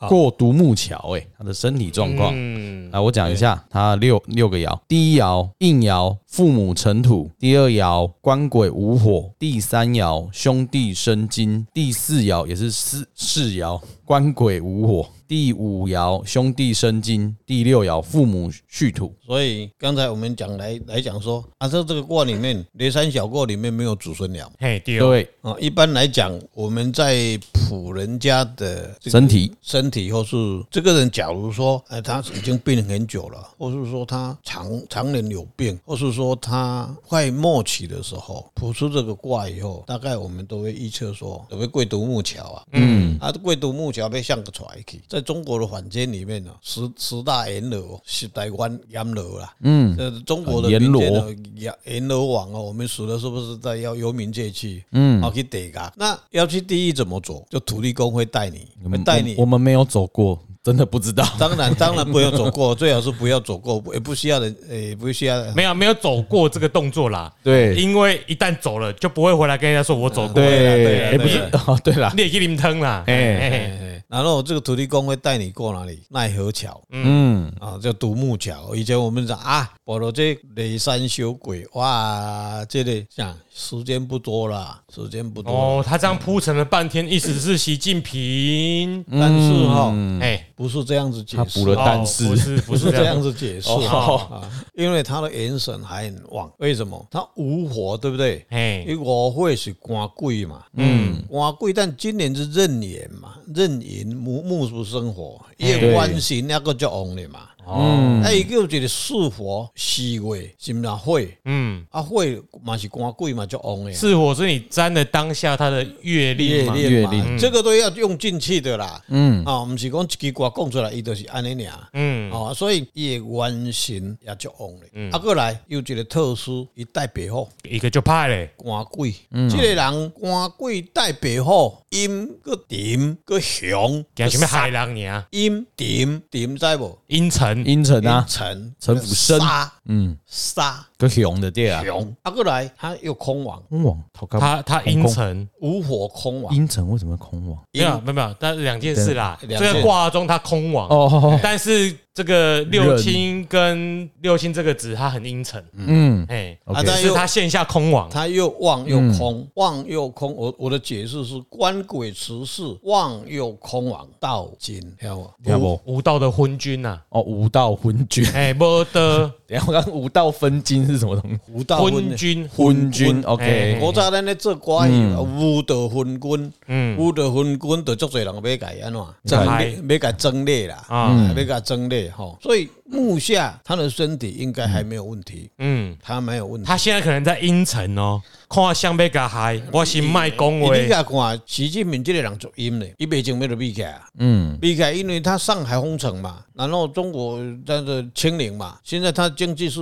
S1: 过独木桥，哎，他的身体状况。
S2: 嗯，
S1: 来，我讲一下，它六六个爻：第一爻应爻父母成土；第二爻官鬼无火；第三爻兄弟生金；第四爻也是四世爻官鬼无火；第五爻兄弟生金；第六爻父母戌土。
S3: 所以刚才我们讲来来讲说啊，这这个卦里面雷山小过里面没有祖孙爻
S2: 嘿，对哦，
S1: 对，
S3: 啊，一般来讲我们在卜人家的这个
S1: 身体
S3: 身体，或是这个人，假如说，呃，他已经病很久了，或是说他常常年有病，或是说他快末期的时候，卜出这个卦以后，大概我们都会预测说，有没有贵独木桥啊？嗯，啊，贵独木桥被像个船去，在中国的坊间里面呢、十十大阎罗，十大官阎罗啦，嗯，呃，中国的
S1: 阎罗
S3: 民间的阎阎罗王哦，我们数的是不是在要游民界去？嗯，好去逮噶。那要去地狱怎么走？就土地公会带你，会带你
S1: 我我们没有走过，真的不知道。
S3: 当然，当然不要走过，最好是不要走过，也不需要人，也不需要人。
S2: 没有没有走过这个动作啦。
S1: 对
S2: 因为一旦走了，就不会回来跟人家说我走过。
S1: 对，哎，不
S3: 对
S1: 是
S3: 啦
S1: 哦，对啦，
S2: 你也去淋汤啦。
S1: 哎
S2: 哎，
S3: 然后这个土地公会带你过哪里？奈何桥
S1: 嗯，
S3: 啊，叫独木桥。以前我们讲啊，保罗这雷山修鬼，哇，这里讲时间不多了，时间不多。
S2: 哦，他这样铺陈了半天，意思是习近平。
S3: 但是哈，
S2: 哎，
S3: 不是这样子解
S1: 嗯他
S3: 释啊
S1: 补了，
S2: 哦
S1: 但是
S2: 不是不
S3: 不
S2: 是
S3: 是
S2: 这
S3: 这
S2: 样
S3: 样
S2: 子。
S3: 子解释
S1: 哦
S3: 啊，因为他的元神还很旺。为什么？他无火，对不对？
S2: 哎
S3: 因为五会是官贵嘛，嗯，官贵，但今年是壬寅嘛，壬寅木木主生火，夜关神那个叫旺的嘛，
S2: 哦，
S3: 那伊有一个四火四月，是不是火？
S2: 嗯，
S3: 啊火嘛是官贵嘛叫旺的啊，
S2: 是火是你沾了当下他的阅历
S3: 月
S2: 嘛？
S3: 令
S1: 月
S3: 嘛，这个都要用进去的啦，嗯，啊，不是讲一句话讲出来，伊就是安尼尔。
S2: 嗯，
S3: 哦，所以伊的原型也足旺咧。啊，过来又一个特殊，伊带白虎，
S2: 一个就怕嘞。
S3: 官鬼。即个人官鬼带白虎，阴个沉个雄，
S2: 讲什么海浪你啊？
S3: 阴沉沉知无？
S2: 阴沉，
S1: 阴沉啊，
S3: 沉
S1: 城府深
S3: 沙
S1: 嗯，
S3: 沙
S1: 个熊的对啊，
S3: 雄。啊，过来他又空亡，
S1: 空网，头壳
S2: 他他阴沉。
S3: 无火空亡。
S1: 阴沉为什么会空网？
S2: 没有没有没有，但是两件事啦。
S3: 对
S2: 这
S3: 两件
S2: 个卦中它空亡，
S1: 哦哦，
S2: 但是这个六亲跟六亲这个子它很阴沉，
S1: 嗯，
S2: 哎，
S3: 啊，
S1: OK
S2: 但
S3: 但
S2: 是
S3: 又
S2: 它线下空亡，
S3: 他又旺又空，旺又空。我我的解释是官鬼持世，旺又空亡，道金，听到无？
S1: 要不
S2: 无道的昏君啊呐，
S3: 嗯
S1: 哦，武道昏君。
S2: 哎，无的
S1: 等一下，我刚武道分金是什么东西？
S3: 无道昏
S2: 昏
S3: 的
S2: 君，
S1: 昏君
S2: 哎
S1: ，OK，
S3: 古早咱咧做歌戏，有道昏君，
S2: 嗯
S3: 有道昏君，就足侪人要改安怎，
S2: 要
S3: 要
S2: 改
S3: 要改争裂啦，
S2: 啊
S3: 啊，要改争裂吼。所以目下他的身体应该还没有问题，
S2: 嗯，
S3: 他没有问题。
S2: 他现在可能在阴沉哦，看相被加害，我是卖恭
S3: 哎你
S2: 维，
S3: 甲看习近平这个人足阴嘞，伊北京没得避开啊，
S1: 嗯，
S3: 避开，因为他上海封城嘛，然后中国在这清零嘛，现在他经济是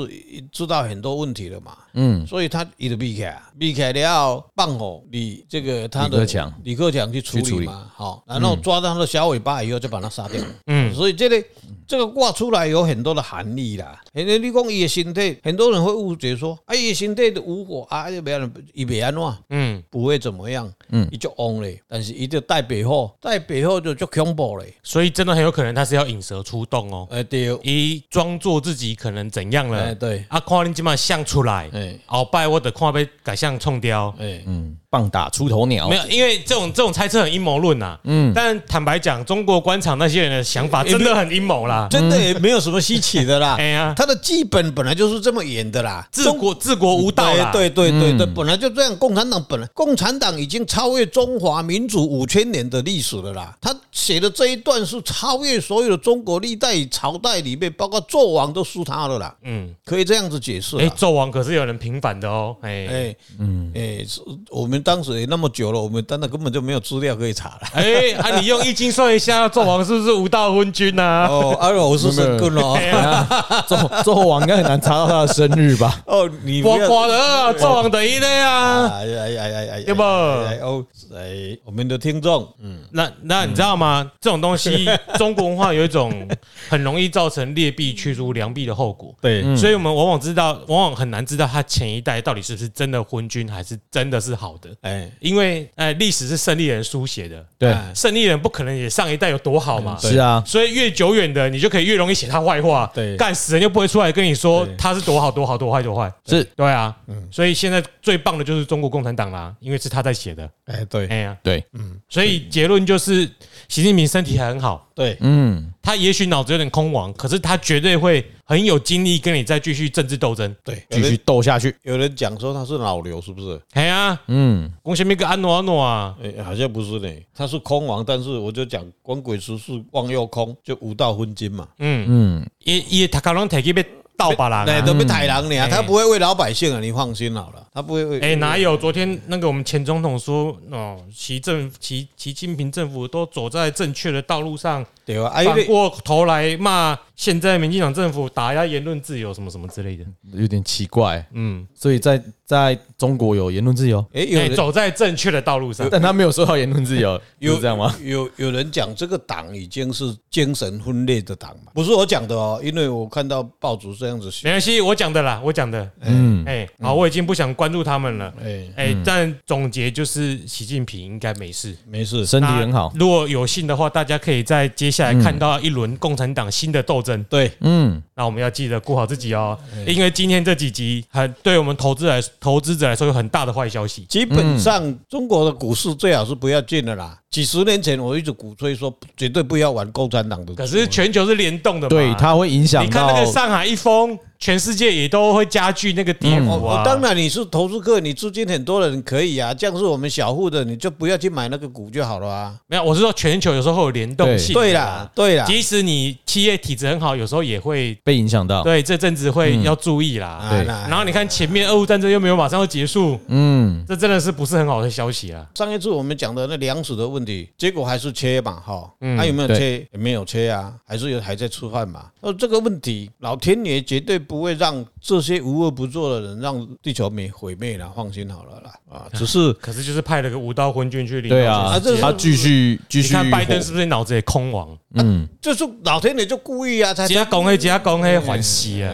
S3: 知道很多问题了嘛，嗯，所以他伊就避开啊，避开了后放火，你这个他的
S1: 李克强
S3: 李克强去处
S1: 去处
S3: 理
S1: 理
S3: 嘛，好，然后抓到他的小尾巴以后就把他杀掉，
S2: 嗯
S3: 所以这个这个卦出来有很多的含义啦。很多你讲伊的身体，很多人会误解说，啊，伊的身体的无火啊，就别人伊别安怎样，
S2: 嗯，
S3: 不会怎么样，嗯，伊就旺嘞。但是伊就带背后，带背后就就恐怖嘞。
S2: 所以真的很有可能他是要引蛇出洞哦，
S3: 哎对，
S2: 伊装作自己可能怎样
S3: 哎
S2: 了，
S3: 对，
S2: 啊，看你今晚像出来，
S3: 哎
S2: 鳌拜我得看被改相冲掉。
S3: 哎，
S1: 嗯，棒打出头鸟
S2: 没，有，因为这种这种猜测很阴谋论呐。嗯，但坦白讲，中国官场那些人的想
S3: 哎
S2: 法真的很阴谋啦。
S3: 真的也没有什么稀奇的啦。
S2: 哎呀，
S3: 他的剧本本来就是这么演的啦，
S2: 治国治国无道啦。嗯
S3: 对对对对对，本来就这样。共产党本来，共产党已经超越中华民族五千年的历史了啦。他写的这一段是超越所有的中国历代朝代里面，包括纣王都输他了啦。
S2: 嗯，
S3: 可以这样子解释
S2: 哎，
S3: 啦。
S2: 纣王可是有人平反的哦。哎
S3: 哎，嗯，哎，是我们当时也那么久了，我们当然根本就没有资料可以查了。
S2: 哎，啊，你用易经算一下，纣王是不是无道昏君啊呐？
S3: 哦，阿罗是神棍哦，
S1: 纣纣王应该很难查到他的生日吧？
S3: 哦，你不
S2: 我
S3: 要
S2: 瓜了啊，纣王的一类啊。
S3: 哎呀呀呀呀！
S2: 对不
S3: 哎哦，哎，我们的听众，嗯，
S2: 那那你知道吗？这种东 西，中国文化有一种很容易造成劣币驱逐良币的后果。
S3: 对，
S2: 所以我们往往知道，往往很难知道他前一代到底是不是真的昏君，还是真的是好的。
S3: 哎，
S2: 因为，哎，历史是胜利人书写的，
S1: 对，
S3: 哎
S2: 胜利人不可能也上一代有多好
S3: 嗯
S2: 嘛。
S1: 是啊，
S2: 所以越久远的，你就可以越容易写他坏话。
S3: 对
S2: 干死人又不会出来跟你说
S3: 对嗯
S2: 他是多好多好多坏多坏。
S1: 是
S2: 对啊，所以现在最棒的就是中国共产党啦，因为是他在写的。
S3: 哎，对，
S2: 哎呀，
S1: 对，
S2: 所以结论就是，习近平身体还很好，
S3: 对，
S1: 嗯，
S2: 他也许脑子有点空亡，可是他绝对会很有精力跟你再继续政治斗争。
S3: 对，
S1: 继续斗下去，
S3: 有人讲说他是脑瘤，是不是？
S2: 哎呀，
S1: 嗯，
S2: 恭喜那个安诺安诺啊，
S3: 诶、好像不是呢，他是空亡，但是我就讲光鬼术是忘又空，就无道昏金嘛，
S2: 嗯嗯，也也他可能提起被盗吧啦。
S3: 对，都被太狼了，
S2: 啊嗯
S3: 他不会为老百姓啊，你放心好了，他不会为。
S2: 哎，哪有？昨天那个我们前总统说，哦，习政习习近平政府都走在正确的道路上，
S3: 对
S1: 哎
S3: 啊，啊，因
S2: 反
S3: 为
S2: 过头来骂现在民进党政府打压言论自由什么什么之类的。
S1: 有点奇怪，
S2: 嗯，
S1: 所以在在中国有言论自由，
S3: 哎、有
S2: 哎，
S3: 人
S2: 走在正确的道路上。
S1: 但他没有受到言论自 由，是这样吗？
S3: 有有人讲这个党已经是精神分裂的党嘛，不是我讲的哦，因为我看到报纸这样子写，
S2: 没关系，我讲的啦，我讲的。
S1: 嗯，
S2: 哎、好，我已经不想关注他们了。
S3: 哎、
S2: 哎、但总结就是，习近平应该没事。
S3: 没事，
S1: 身体很好
S2: 那，如果有幸的话，大家可以在接下来看到一轮共产党新的斗争。
S3: 对，
S1: 嗯，
S2: 那我们要记得顾好自己哦，因为今天这几集很对我们投资来投资者来说有很大的坏消息。
S3: 基本上中国的股市最好是不要进的啦。几十年前我一直鼓吹说，绝对不要玩共产党的。
S2: 可是全球是联动的嘛，
S1: 对，它会影响
S2: 你看
S1: 到
S2: 那个上海一封，全世界也都会加剧那个跌
S3: 哦，
S2: 幅
S1: 嗯
S2: 啊。
S3: 哦当然你是投资客，你资金很多的人可以啊。这样是我们小户的，你就不要去买那个股就好了啊。
S2: 没有，我是说全球有时候会有联动
S1: 啊
S2: 性。
S3: 对啦，，对啦，
S2: 即使你企业体质很好，有时候也会
S1: 被影响到，
S2: 对，这阵子会要注意啦。
S3: 啊
S1: 嗯对
S3: 那
S2: 然后你看前面俄乌战争又没有马上要结束，
S1: 嗯，
S2: 这真的是不是很好的消息啦。
S3: 上一次我们讲的那粮食的问题，结果还是缺嘛，哈，他有没有缺？也没有缺啊，还是有还在吃饭嘛。那这个问题，老天爷绝对不会让这些无恶不作的人让地球没毁灭了，放心好了啦。啊，只是
S2: 可是就是派了个无刀昏君去领导
S1: 对
S2: 全
S1: 啊，
S2: 世界
S3: 这是
S1: 他继续继
S2: 你
S1: 续火，
S2: 看拜登是不是脑子也空亡？
S1: 嗯，
S3: 就是老天爷就故意啊，才
S2: 只要讲黑，只要讲黑，还息啊！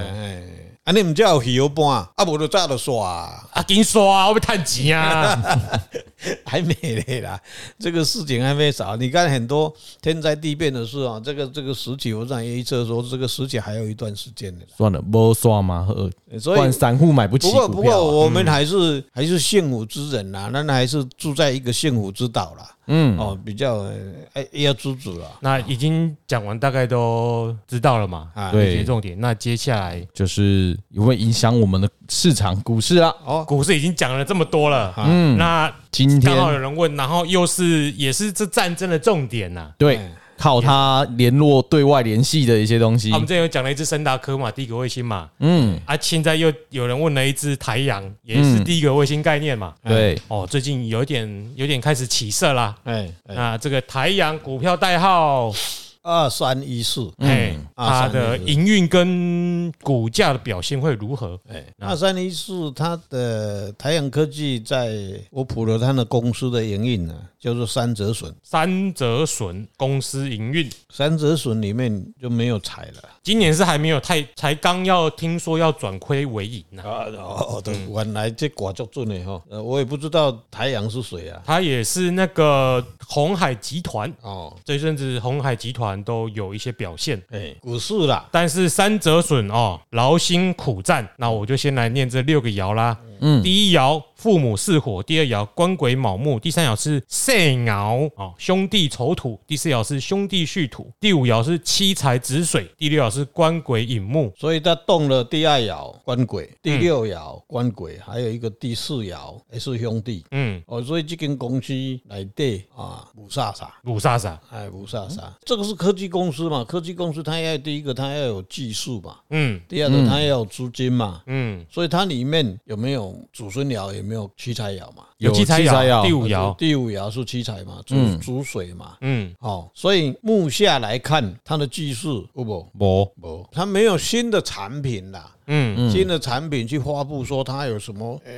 S3: 啊，你唔叫有油搬啊，无就早就刷啊，
S2: 啊，紧说啊，我被探钱 啊！
S3: 还没嘞啦，这个事情还没少。你看很多天灾地变的事啊，这个这个时期，我想预测说这个时期还有一段时间的啦。
S1: 算了，不算嘛，呃不
S3: 所以
S1: 然散户买不起
S3: 不过不
S1: 股票啊，
S3: 过我们还是还是幸福之人啦，那还是住在一个幸福之岛啦。
S1: 嗯，
S3: 哦，比较呃哎要知足啦。
S2: 那已经讲完，大概都知道了嘛？
S3: 啊
S1: 对
S2: 这些重点。那接下来
S1: 就是也会影响我们的市场股市啊，
S3: 哦，
S2: 股市已经讲了这么多了，
S3: 啊
S1: 嗯，
S2: 那
S1: 今
S2: 刚好有
S1: 天
S2: 人问，然后又是也是这战争的重点啊呐、
S3: 哎
S1: 对。靠它联络对外联系的一些东西
S2: 啊，我们之前有讲了一只森达科嘛，第一个卫星嘛，
S1: 嗯，
S2: 啊，现在又有人问了一只台阳，也是第一个卫星概念嘛。
S1: 对，
S2: 哦，最近有一点有点开始起色啦。啊
S3: 哎哎
S2: 那这个台阳股票代号
S3: 二三一四，
S1: 嗯
S2: 哎，它
S3: 啊
S2: 的营运跟股价的表现会如何？
S3: 哎，二三一四，它的台阳科技在我普罗他的公司的营运呢，叫做三折损。
S2: 三折损公司营运，
S3: 三折损里面就没有财了
S2: 今年是还没有太，才刚要听说要转亏为盈呢、
S3: 啊！哦，对，原来这寡就准的哈，呃，我也不知道台阳是谁啊。
S2: 它也是那个红海集团，
S3: 哦，
S2: 这一阵子红海集团都有一些表现。
S3: 哎，股市啦，
S2: 但是三折损哦，劳心苦战。那我就先来念这六个爻啦。嗯，第一爻父母是火，第二爻官鬼卯木，第三爻是肾爻哦，兄弟丑土，第四爻是兄弟戌土，第五爻是七财止水，第六爻是官鬼引木。
S3: 所以他动了第二爻官鬼，第六爻官鬼，还有一个第四爻也是兄弟。
S2: 嗯，
S3: 哦，所以这间公司来对啊，五煞煞。
S2: 五煞煞。
S3: 哎，五煞煞，这个是科技公司嘛？科技公司它要第一个，它要有技术嘛；
S2: 嗯
S3: 第二个，它要有资金嘛。
S2: 嗯，
S3: 所以它里面有没有祖孙爻，有没有七财爻嘛？
S1: 有
S2: 七财
S1: 七财
S2: 爻，
S1: 爻
S2: 第五爻。
S3: 第五爻是七财嘛，主
S1: 嗯
S3: 主水嘛。
S2: 嗯，
S3: 哦，所以目下来看，它的技术有不
S1: 无
S3: 不，它没有新的产品啦。
S2: 嗯
S3: 新的产品去发布，说它有什么呃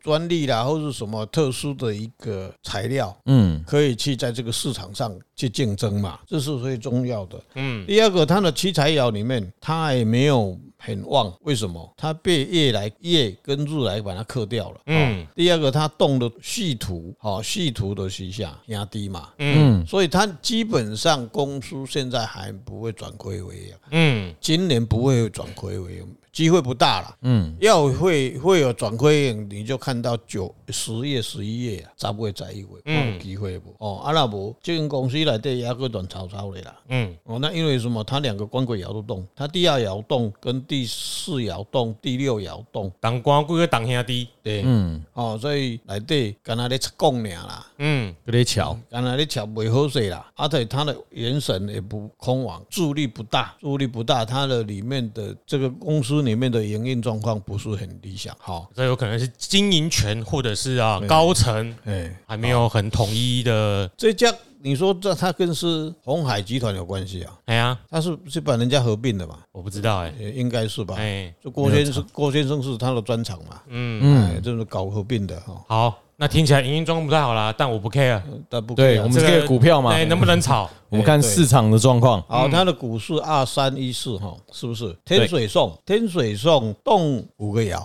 S3: 专利啦，或是什么特殊的一个材料，
S1: 嗯
S3: 可以去在这个市场上去竞争嘛，这是最重要的。
S2: 嗯，
S3: 第二个，它的七彩爻里面，它也没有很旺，为什么？它被夜来夜跟日来把它克掉了。
S2: 嗯
S3: 哦第二个，它动的细土，好、哦、细土的西下压低嘛，
S1: 嗯
S3: 所以它基本上公司现在还不会转亏为盈，
S2: 嗯
S3: 今年不会转亏为盈，机会不大了。
S1: 嗯，
S3: 要会会有转亏为盈，你就看到九十月、十一月啊，才不会在意会，
S2: 嗯
S3: 有机会不？哦，啊那无，这间公司内底也个短炒炒的啦。
S2: 嗯
S3: 哦，那因为什么？它两个官鬼爻都动，它第二爻动，跟第四爻动，第六爻动，
S2: 当官贵个当兄弟。
S3: 对，
S1: 嗯，
S3: 哦，所以内底敢若咧出讲尔啦，
S2: 嗯
S1: 有点巧，
S3: 敢若咧吃袂好势啦，啊而且它的元神也不空亡，助力不大，助力不大，它的里面的这个公司里面的营运状况不是很理想，好、
S2: 这有可能是经营权，或者是啊高层
S3: 哎，
S2: 还没有很统一的，
S3: 这家你说这它跟是红海集团有关系啊？
S2: 哎呀，
S3: 它是是把人家合并的嘛？
S2: 我不知道哎、
S3: 也应该是
S1: 嗯
S3: 吧？
S2: 哎，
S3: 就郭先生，郭先生是他的专长嘛？
S2: 嗯，
S3: 嗯，就是搞合并的哈。
S2: 好，那听起来营运状况不太好啦，但我不 care，
S3: 但不可以
S1: 对
S3: 啊
S1: 我们
S2: 这个
S1: 这个股票嘛，
S2: 哎，能不能 炒？
S1: 我们看市场的状况，
S3: 好，它的股市二三一四哈，是不是？天水送，天水送动五个爻，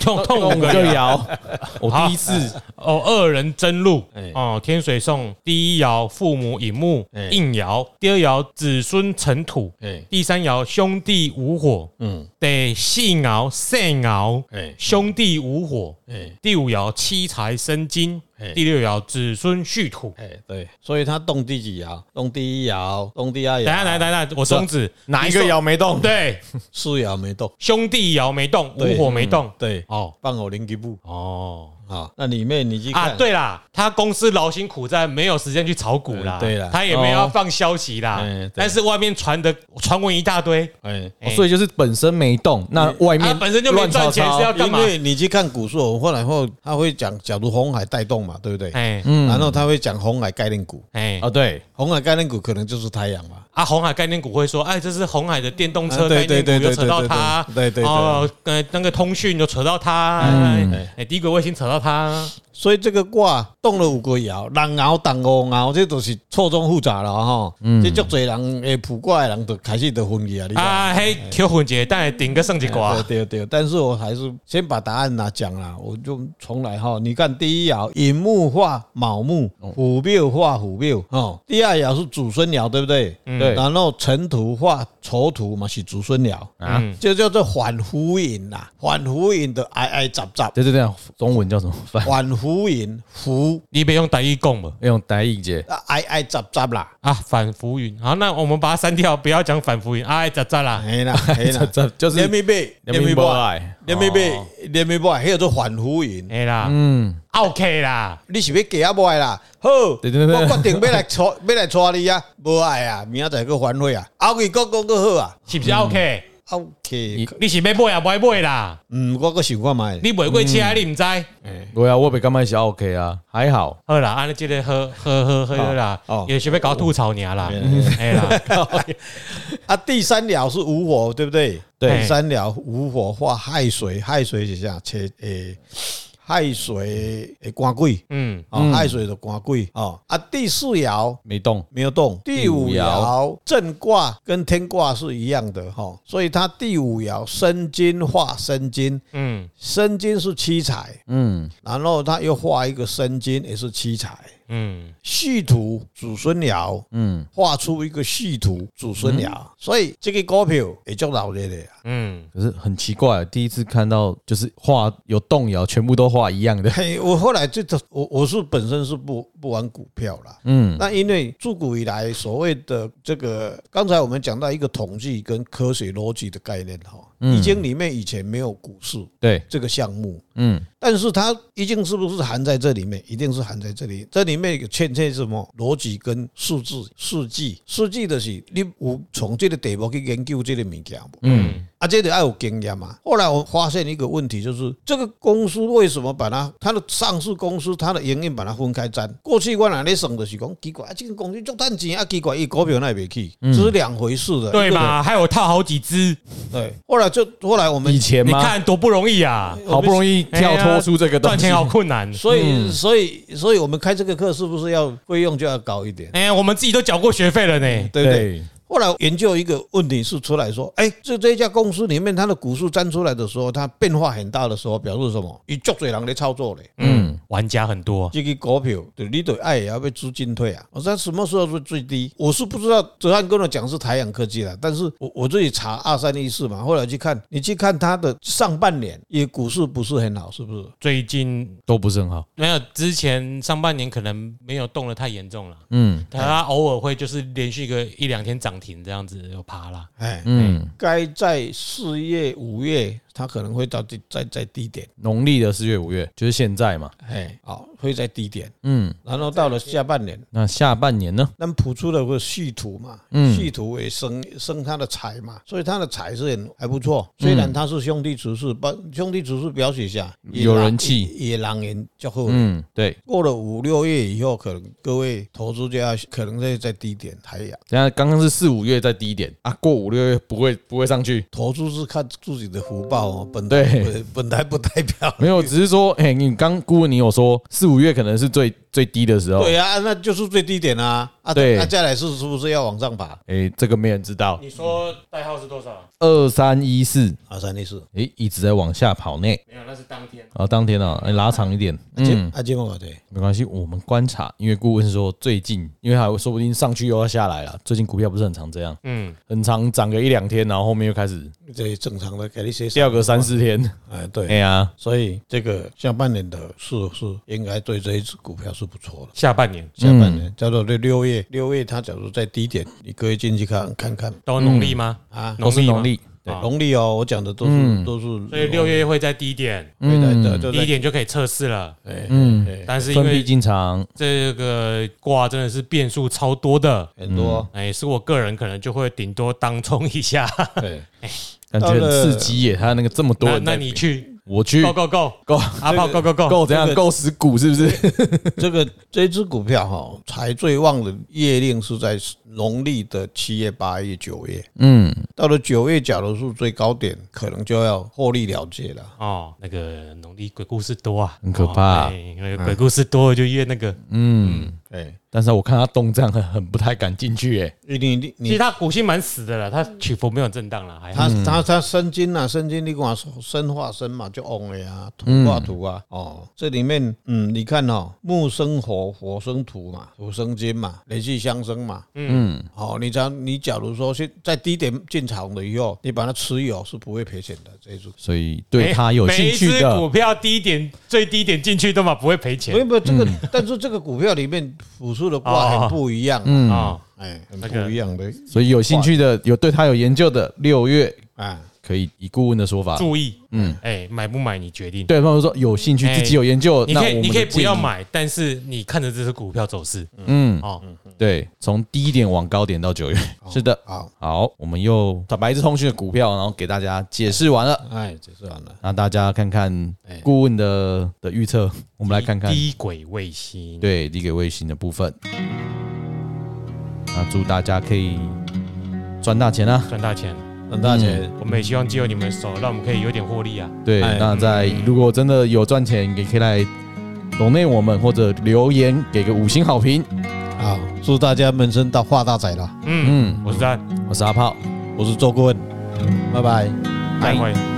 S2: 痛痛
S1: 五
S2: 五个
S1: 个
S2: 爻
S1: 爻，我第一次
S2: 哦，二人争路
S3: 哎
S2: 哦，天水送第一爻父母引木
S3: 哎
S2: 应爻，第二爻子孙成土，
S3: 哎，
S2: 第三爻兄弟无火，
S3: 嗯，
S2: 得细爻肾爻
S3: 哎，
S2: 兄弟无火。
S3: 哎，
S2: 第五爻七财生金
S3: 哎，
S2: 第六爻子孙续土。
S3: 哎，对，所以它动第几爻？动第一爻，动第二爻，
S2: 等一下，等一下，等一下，我松子
S1: 哪一个？
S2: 你说
S1: 爻没动？
S2: 对，
S3: 四爻没动，
S2: 兄弟爻没动，
S3: 对嗯
S2: 无火没动。
S3: 对，
S2: 哦
S3: 放我零一步
S2: 哦
S3: 啊。那里面你去
S2: 啊，
S3: 看，
S2: 对啦，他公司劳心苦战，没有时间去炒股啦，
S3: 嗯对啦
S2: 他也没有要
S1: 哦
S2: 放消息啦
S3: 嗯对，
S2: 但是外面传的传闻一大堆，
S3: 哎，
S1: 哦所以就是本身没动，那外
S2: 他
S1: 面
S2: 哎啊本身就没
S1: 乱
S2: 赚
S1: 炒
S2: 钱，
S1: 炒
S2: 是要干
S3: 因
S2: 嘛？
S3: 为你去看股市，我后来后他会讲，假如红海带动嘛，对不对？嗯哦
S2: 哎
S3: 然后他会讲红海概念股，
S2: 哎
S1: 啊，对，
S3: 红海概念股可能就是太阳嘛。
S2: 啊，红海概念股会说，哎，这是红海的电动车
S3: 啊对
S2: 概念股，
S3: 对对
S2: 又扯到
S3: 对对
S2: 它，
S3: 对嗯对对
S2: 哦，呃，那个通讯又扯到它，哎哎，低轨卫星扯到它，
S3: 所以这个卦动了五个爻，人爻、动五爻，这都是错综复杂了哈。这足多人诶，卜卦的人就开始就分歧啊，你知道吗。
S2: 啊，嘿，求混结，但顶个剩几卦
S3: 哎对，对对，但是我还是先把答案拿讲啦，我就重来哈。你看第一爻，寅木化卯木，
S1: 哦
S3: 虎庙化虎庙哦。第二爻是祖孙爻，对不对？
S1: 对
S3: 然后辰土化丑土嘛，是祖孙爻。
S1: 啊，
S2: 嗯
S3: 就叫做反浮影啦，反浮影的挨挨杂杂，
S1: 对对对，中文叫什么？反
S3: 反浮影浮
S2: 你别用台语讲嘛。
S1: 用台语解，
S3: 啊挨挨杂杂啦，
S2: 啊，反浮云，好，那我们把它删掉，不要讲反浮云，哎，咋咋啦？
S3: 哎啦哎
S1: 这
S3: 啦，
S1: 这就是
S3: 连咪背
S1: 连咪波，爱，哦
S3: 连咪背连咪背，还有做反浮影，
S2: 哎啦
S1: 嗯，
S2: ，OK 啦，
S3: 你是要给啊无爱啦？好，
S1: 对对对
S3: 我决定要来娶， 要来娶你啊，无爱啊，明仔载个反悔啊，后日讲讲个好啊，
S1: 嗯
S2: 是不是 OK？
S3: OK，
S1: 你
S2: 你是要买啊，不爱买啦，
S3: 嗯，我个想看卖，
S2: 你买过车
S1: 嗯
S2: 你唔知。
S1: 对啊，我被干麦小 OK 啊，还好。
S2: 好啦，安尼即个喝喝喝喝啦
S3: 哦哦，
S2: 也是要搞吐槽你啦
S3: 嗯，
S2: 哎啦，
S3: 啊，第三爻是无火，对不对？
S1: 对
S3: 第三爻无火化亥水，亥水是啥？切诶，亥水诶官鬼
S2: 嗯，
S3: 啊，亥水的官鬼啊。啊，第四爻
S1: 没动，
S3: 没有动，第五
S1: 五爻
S3: 爻震卦跟天卦是一样的哈，所以它第五爻申金化申金，
S2: 嗯
S3: 申金是七彩，
S1: 嗯，
S3: 然后它又画一个申金也是七彩。
S2: 嗯，
S3: 续土子孙爻，
S1: 嗯，
S3: 画出一个续土子孙爻，所以这个股票也叫老热的啊。
S2: 嗯，
S1: 可是很奇怪，第一次看到就是画有动摇，全部都画一样的。
S3: 嘿，我后来就我我是本身是不不玩股票啦。
S1: 嗯
S3: 那因为自古以来所谓的这个，刚才我们讲到一个统计跟科学逻辑的概念哈，
S1: 嗯
S3: 易经里面以前没有股市
S1: 对，
S3: 这个项目，
S1: 嗯
S3: 但是它易经是不是含在这里面？一定是含在这里。这里面有欠缺什么逻辑跟数字、数据、数据的是你有从这个地步去研究这个物件无？
S1: 嗯
S3: 啊，这得要有经验嘛。后来我发现一个问题，就是这个公司为什么把它它的上市公司它的营运把它分开占？过去我哪里省的是讲奇怪，啊，这个公司就赚钱啊，奇怪，一股票那也没去，这是两回事的。
S2: 嗯对嘛，还有套好几只，
S3: 一个人？对。后来就后来我们
S1: 以前
S2: 你
S1: 吗？
S2: 看多不容易啊，
S1: 好不容易跳脱出这个东
S2: 赚
S1: 西
S2: 钱好困难。
S3: 所
S2: 嗯
S3: 以所以所以我们开这个课是不是要费用就要高一点？
S2: 哎、我们自己都缴过学费了呢。
S3: 对不对？后来研究一个问题是出来说，哎，这这一家公司里面它的股数占出来的时候，它变化很大的时候，表示什么？有足多人在操作嘞，
S1: 啊
S2: 嗯，玩家很多，
S3: 这个股票对你对爱也要被资金退啊。我说什么时候是最低？我是不知道，哲汉跟我讲是台阳科技啦，但是我我自己查二三一四嘛，后来去看，你去看它的上半年也股市不是很好，是不是？
S2: 最近
S1: 都不是很好。
S2: 没有之前上半年可能没有动得太严重了，
S1: 嗯
S2: 它偶尔会就是连续个一两天涨停这样子有爬啦。
S3: 哎，
S1: 嗯，
S3: 该在四月五月，它可能会到低再再低点，
S1: 农历的四月五月就是现在嘛。
S3: 哎，好，会在低点，
S1: 嗯，
S3: 然后到了下半年。
S1: 那下半年呢？
S3: 那么谱出了个续土嘛，
S1: 嗯
S3: 续土为生生他的财嘛，所以他的财是很还不错。
S1: 嗯
S3: 虽然他是兄弟厨士，把兄弟厨士表写下也
S1: 嗯有
S3: 让
S1: 人气
S3: 也也让人较后。
S1: 嗯，对，
S3: 过了五六月以后，可能各位投资就要可能会在低点抬呀。
S1: 等一下刚刚是四五月在低点啊，过五六月不会不会上去。
S3: 投资是看自己的福报哦，本
S1: 对
S3: 本本来不代表。
S1: 没有，只是说，哎、你刚顾问你有说四五月可能是最最低的时候，
S3: 对啊，那就是最低点啊！啊，
S1: 对
S3: 那再来是是不是要往上爬？
S1: 哎、这个没人知道。
S2: 你说代号是多少？
S1: 二三一四，
S3: 啊，三类四，
S1: 哎，一直在往下跑呢。
S2: 没有，那是当天。
S1: 啊，当天啊，哎拉长一点，
S3: 啊，这
S1: 嗯，
S3: 啊，这么对，
S1: 没关系，我们观察，因为顾问说最近，因为还说不定上去又要下来了，最近股票不是很常这样，
S2: 嗯，啊
S1: 很常涨个一两天，然后后面又开始
S3: 这正常的给你些
S1: 掉个三四天，
S3: 哎，对
S1: 哎，呀，
S3: 所以这个下半年的是是应该对这一只股票是不错的。
S2: 下半年
S3: 下半
S2: 嗯
S3: 年叫做这六月，六月它假如在低点，你各位进去看看看
S2: 都农历吗？
S3: 啊。
S1: 嗯都是
S2: 吗
S1: 农历，
S2: 对
S3: 农历哦，我讲的都
S1: 嗯
S3: 是都是，
S2: 啊所以六月会在低点，
S3: 对对对，就
S2: 低
S3: 在
S2: 点就可以测试了。
S3: 哎
S1: 嗯，
S3: 哎
S2: 但是因
S1: 分批
S2: 为
S1: 进场，
S2: 这个卦真的是变数超多的，
S3: 很多哦
S2: 哎，是我个人可能就会顶多当冲一下。
S3: 对，
S1: 感觉很刺激耶，他那个这么多
S2: 那
S1: 人在
S2: 那
S1: 比，
S2: 你去哦
S1: 我去
S2: go go go，
S1: 够
S2: 阿炮 go go go，
S1: 够怎样
S3: 这个
S1: 够死股是不是？
S3: 这个这只股票哈，财最旺的月令是在农历的七月、八月、九月，
S1: 嗯，
S3: 到了九月，假如是最高点，可能就要获利了结了。
S2: 哦，那个农历鬼故事多啊，
S1: 很可怕嗯
S2: 哦哎那个鬼故事多就越那个。
S3: 哎，
S1: 但是我看他动这样很很不太敢进去耶，
S3: 你你
S2: 其实
S3: 你，
S2: 它股性蛮死的了，它起伏没有震荡了，还好
S3: 他。他他生金啊，生金你管生化生嘛，就旺了呀，土化土啊，哦，这里面嗯，你看哦，木生火，火生土嘛，土生金嘛，连续相生嘛，嗯，好、你假你假如说是在低点进场了以后，你把它持有是不会赔钱的这一组，
S1: 所以对他有
S2: 每
S1: 兴
S2: 每
S1: 趣
S2: 一只股
S1: 的，
S2: 票低点最低点进去都嘛不会赔钱
S3: 没有没有这个，但是这个股票里面辅助的卦很不一样，嗯，
S2: 啊。
S3: 哎，很
S2: 那个
S3: 不一样的
S1: 所以有兴趣的有对他有研究的，六月
S3: 啊。
S1: 可以以顾问的说法，
S2: 注意，
S1: 嗯
S2: 嗯，哎，买不买你决定。
S1: 对方说有兴趣，
S2: 哎
S1: 自己有研究，
S2: 你
S1: 那
S2: 可
S1: 我
S2: 以，
S1: 们
S2: 你可以
S1: 的
S2: 不要
S1: 建议。
S2: 买，但是你看着这只股票走势
S1: 嗯，
S2: 哦，
S1: 对，从低点往高点到九月，是的。
S3: 好，
S1: 好，我们又把白日通讯的股票，然后给大家解释完了。
S3: 哎，解释完了。
S1: 那大家看看
S2: 哎
S1: 顾问的的预测，我们来看看
S2: 低轨卫星，
S1: 对低轨卫星的部分。那祝大家可以赚大钱啊！
S2: 赚大钱。
S3: 那大姐，
S2: 我们也希望借由你们的手，让我们可以有点获利啊。
S1: 对，
S3: 哎
S1: 那在如果真的有赚钱，也可以来懂内我们或者留言给个五星好评。
S3: 好，祝大家门生大发大财啦！
S2: 嗯，
S1: 嗯，
S2: 我是丹，
S1: 我是阿炮。
S3: 我是周顾问，拜拜。
S2: 再会。